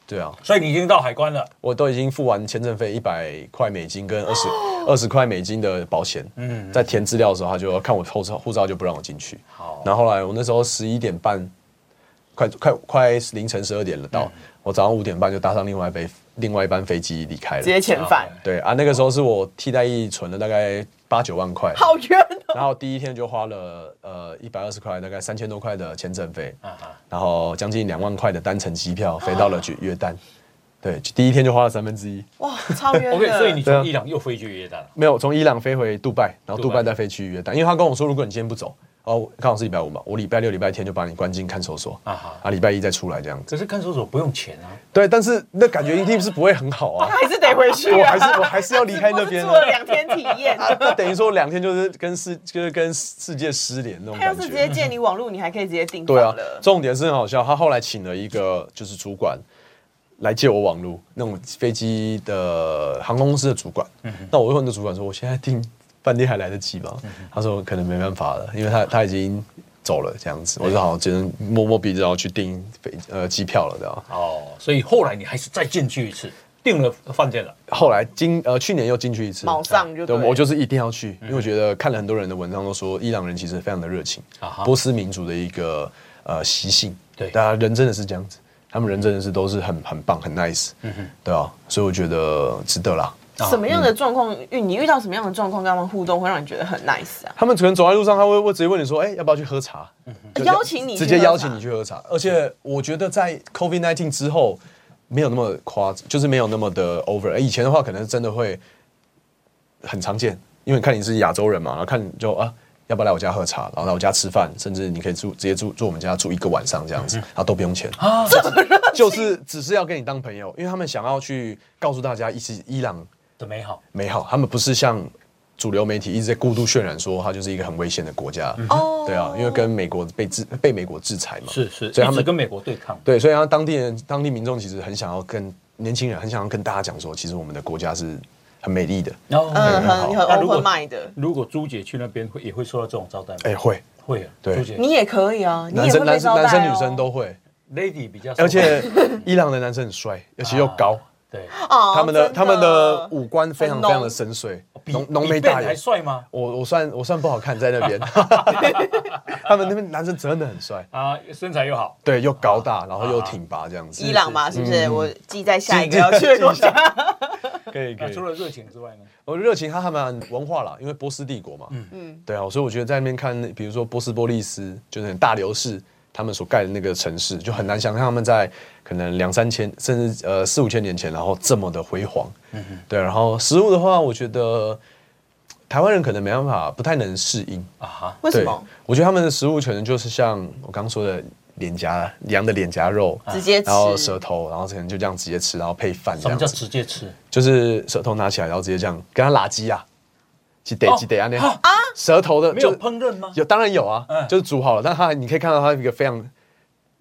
对啊，
所以你已经到海关了，
我都已经付完签证费一百块美金跟二十二十块美金的保险，嗯，在填资料的时候，他就要看我护照，护照就不让我进去。
好
然后后来我那时候十一点半，快快快凌晨十二点了到，我早上五点半就搭上另外一飞另外一班飞机离开
直接
了。
遣返，
对啊，那个时候是我替代役存了大概八九万块，
好冤哦。
然后第一天就花了呃一百二十块，大概三千多块的签证费，
啊啊，
然后将近两万块的单程机票飞到了去约旦。对，第一天就花了三分之一。
哇，超 冤的。
OK，所以你
对啊
从伊朗又飞去约旦了，
没有，从伊朗飞回杜拜，然后
杜
杜
拜
拜再飞去约旦，因为他跟我说，如果你今天不走，哦，刚好是礼拜五嘛，我礼拜六、礼拜天就把你关进看守所，
啊哈
啊，礼拜一再出来这样子。
可是看守所不用钱啊，
对，但是那感觉一定是不会很好啊
他，还是得回去啊，
我还是我还是要离开那边
只
啊
不过是做了两天体 验。
啊那等于说两天就是跟世就是跟世界失联那种
他要
感
是直
觉
接。借你网络，你还可以直接订房
对啊
了，。
重点是很好笑，他后来请了一个就是主管来借我网路，那种飞机的航空公司的主管。那我就问那主管说：“我现在订饭店还来得及吗？”他说：“可能没办法了，因为他他已经走了这样子。”我就好，只能摸摸鼻子，然后去订飞呃机票了，对吧？
哦，所以后来你还是再进去一次，订了饭店了，
后来今呃去年又进去一次，
卯上就对
对，
了
我就是一定要去，因为我觉得看了很多人的文章都说，伊朗人其实非常的热情
啊哈，
波斯民族的一个呃习性，
对
大家人真的是这样子，他们人真的是都是很很棒，很 nice，对啊，所以我觉得值得啦。
什么样的状况遇你遇到什么样的状况跟他们互动，会让你觉得很 nice 啊？
他们可能走在路上，他会会直接问你说，哎、要不要去喝茶？就这
嗯
样
邀请你去
直接
喝
邀
茶
请你去喝茶。而且我觉得在 COVID 19之后，没有那么夸，就是没有那么的 over。哎以前的话，可能真的会很常见，因为看你是亚洲人嘛，然后看你就啊。要不要来我家喝茶，然后来我家吃饭，甚至你可以住直接住住我们家住一个晚上这
嗯
样子，然后都不 用钱啊，就是只是要跟你当朋友，因为他们想要去告诉大家，伊斯伊朗
的美好，
美好，他们不是像主流媒体一直在过度渲染说它就是一个很危险的国家。
哦
对啊，因为跟美国被制被美国制裁嘛，
是是，
所以他
一直
们
跟美国对抗，
对，所以他当地人当地民众其实很想要跟年轻人很想要跟大家讲说，其实我们的国家是很美丽的。
然后
嗯，很很
那如果
open mind 的，
如果朱姐去那边会也会受到这种招待吗？
哎、会，
会啊，
对
朱姐
你也可以啊，你
嗯男
也
生
会被
男生
招待
男
哦
生女生都会，
lady 比较少，
而且 伊朗的男生很帅，而且又高，
对，
哦
他们的
真
他们的五官非常
很
非
浓
常的深邃，
哦比
浓浓眉
比
大
Ben 还
眼。
帅吗？
我我算我算不好看在那边，他们那边男生真的很帅，
啊，身材又好，
对，又高大，然后又挺拔这样子。嗯
伊朗嘛，是不是？我记在下一 个要去的国
记记
家。
可以可
那
以
除。了热情之外呢？
我嗯热情，他还蛮文化啦，因为波斯帝国嘛，嗯嗯，对啊，所以我觉得在那边看，比如说波斯波利斯，就是大流士他们所盖的那个城市，就很难想象他们在可能两三千甚至呃四五千年前，然后这么的辉煌，嗯对。然后食物的话，我觉得台湾人可能没办法，不太能适应。
啊哈，
为什
对
么？？
我觉得他们的食物可能就是像我刚刚说的脸颊羊的脸颊肉，
直接吃
然后舌头，然后可能就这样直接吃，然后配饭这
什么
样
叫
子，
直接吃？
就是舌头拿起来，然后直接这样跟他拉鸡啊，几得
哦
几得啊那
啊
舌头的
没有
就是
烹饪吗？
有当然有啊
嗯，
就是煮好了，但它你可以看到它一个非常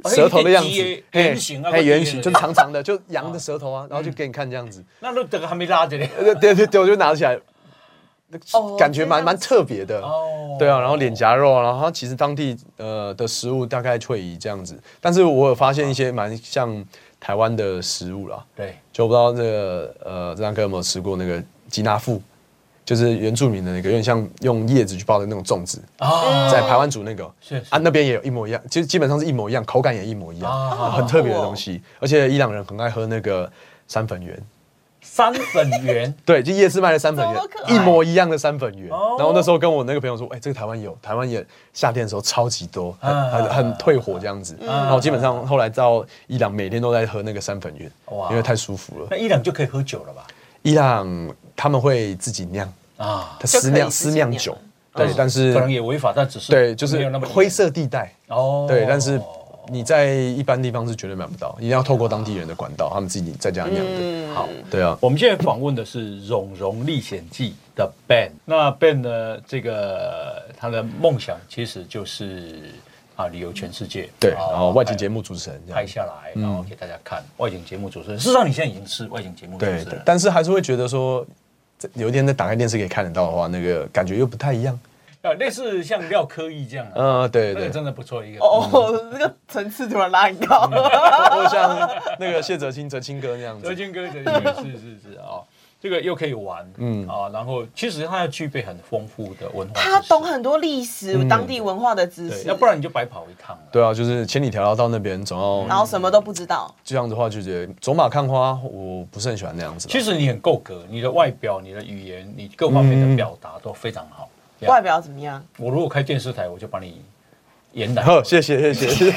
哦
舌头的样子
一个鸡的，
嘿
圆形啊哦嗯
嘿
或者
圆形
一个
就是长长的，就羊的舌头啊，然后就给你看这样子，
那都这个还没拉着嘞。
呃对对对，我就拿起来，
哦
感觉
这
蛮
样
蛮
子
特别的。
哦
对啊，然后脸颊肉啊，然后它其实当地呃的食物大概会以这样子，但是我有发现一些蛮像台湾的食物啦，
对，
就我不知道这个呃，这张哥有没有吃过那个吉拿富，就是原住民的那个，有点像用叶子去包的那种粽子，
啊，
嗯
在台湾煮那个
是是
啊，那边也有一模一样，其实基本上是一模一样，口感也一模一样，
啊
很特别的东西。而且伊朗人很爱喝那个三粉圆，
三粉圆
对，就夜市卖的三粉圆
怎么可，爱
一模一样的三粉圆。
哦
然后那时候跟我那个朋友说，哎、这个台湾有，台湾也夏天的时候超级多，很、
啊
很很退火这样子。然后基本上后来到伊朗每天都在喝那个三粉圆
哇，
因为太舒服了
那。伊朗就可以喝酒了吧？
伊朗他们会自己酿，
啊，
他
就可以
私酿
自己
私酿
酿
酒
了，
对，但是
可能也违法，但只是
对，就
没
是
有那么严
灰色地带。
哦。
对，但是你在一般地方是绝对买不到，一定要透过当地人的管道，他们自己在家酿的。
嗯
好，
对啊，
我们现在访问的是《蓉蓉历险记》的 Ben。那 Ben 呢？这个他的梦想其实就是啊，旅游全世界。
对，
啊
然后外景节
目
目主嗯持人这
拍
样。
下来，然后给大家看。外景节目主持人，事实上你现在已经是外景节目主持
对
人了，。
但是还是会觉得说，这有一天再打开电视可以看得到的话，那个感觉又不太一样。
啊，类似像廖科义这样啊，
嗯，对
那个
对对，
真的不错一个。
哦，那个层次突然拉很高，
或者像那个谢哲青、哲青哥那样
嗯德
子。
军哥，德军哥，是是是啊，这个又可以玩，嗯啊，然后其实他要具备很丰富的文化知识，
他懂很多历史、
嗯
当地文化的知
对，
识，
要不然你就白跑一趟了。
对啊，就是千里迢迢到那边，总
然
要
后什么都不知道。
这样的话就觉得嗯走马看花，我不是很喜欢那样子啦。
其实你很够格，你的外表、你的语言、你各方面的表达都非常好。
嗯
这样
外表怎么 样？
我如果开电视台，我就把你延揽。
呵， 谢谢谢谢，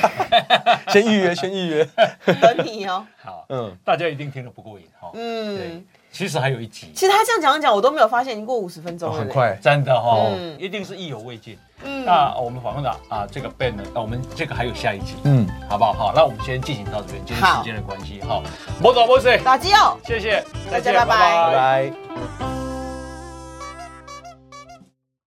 先预约先预约。
等你哦。
好，
嗯，
大家一定听得不过瘾哈。
嗯
对，其实还有一集，
其实他这样讲一讲，我都没有发现已经过五十分钟了、
哦 很。快，
真的哈
嗯，
一定是意犹未尽。
嗯，
那我们访问的啊，这个 Ben 呢，啊我们这个还有下一集。
嗯。
好不好？好，那我们先进行到这边，今天
好
时间的关系，好，莫走莫睡，
打击哦。
谢谢，
大家拜拜
拜拜。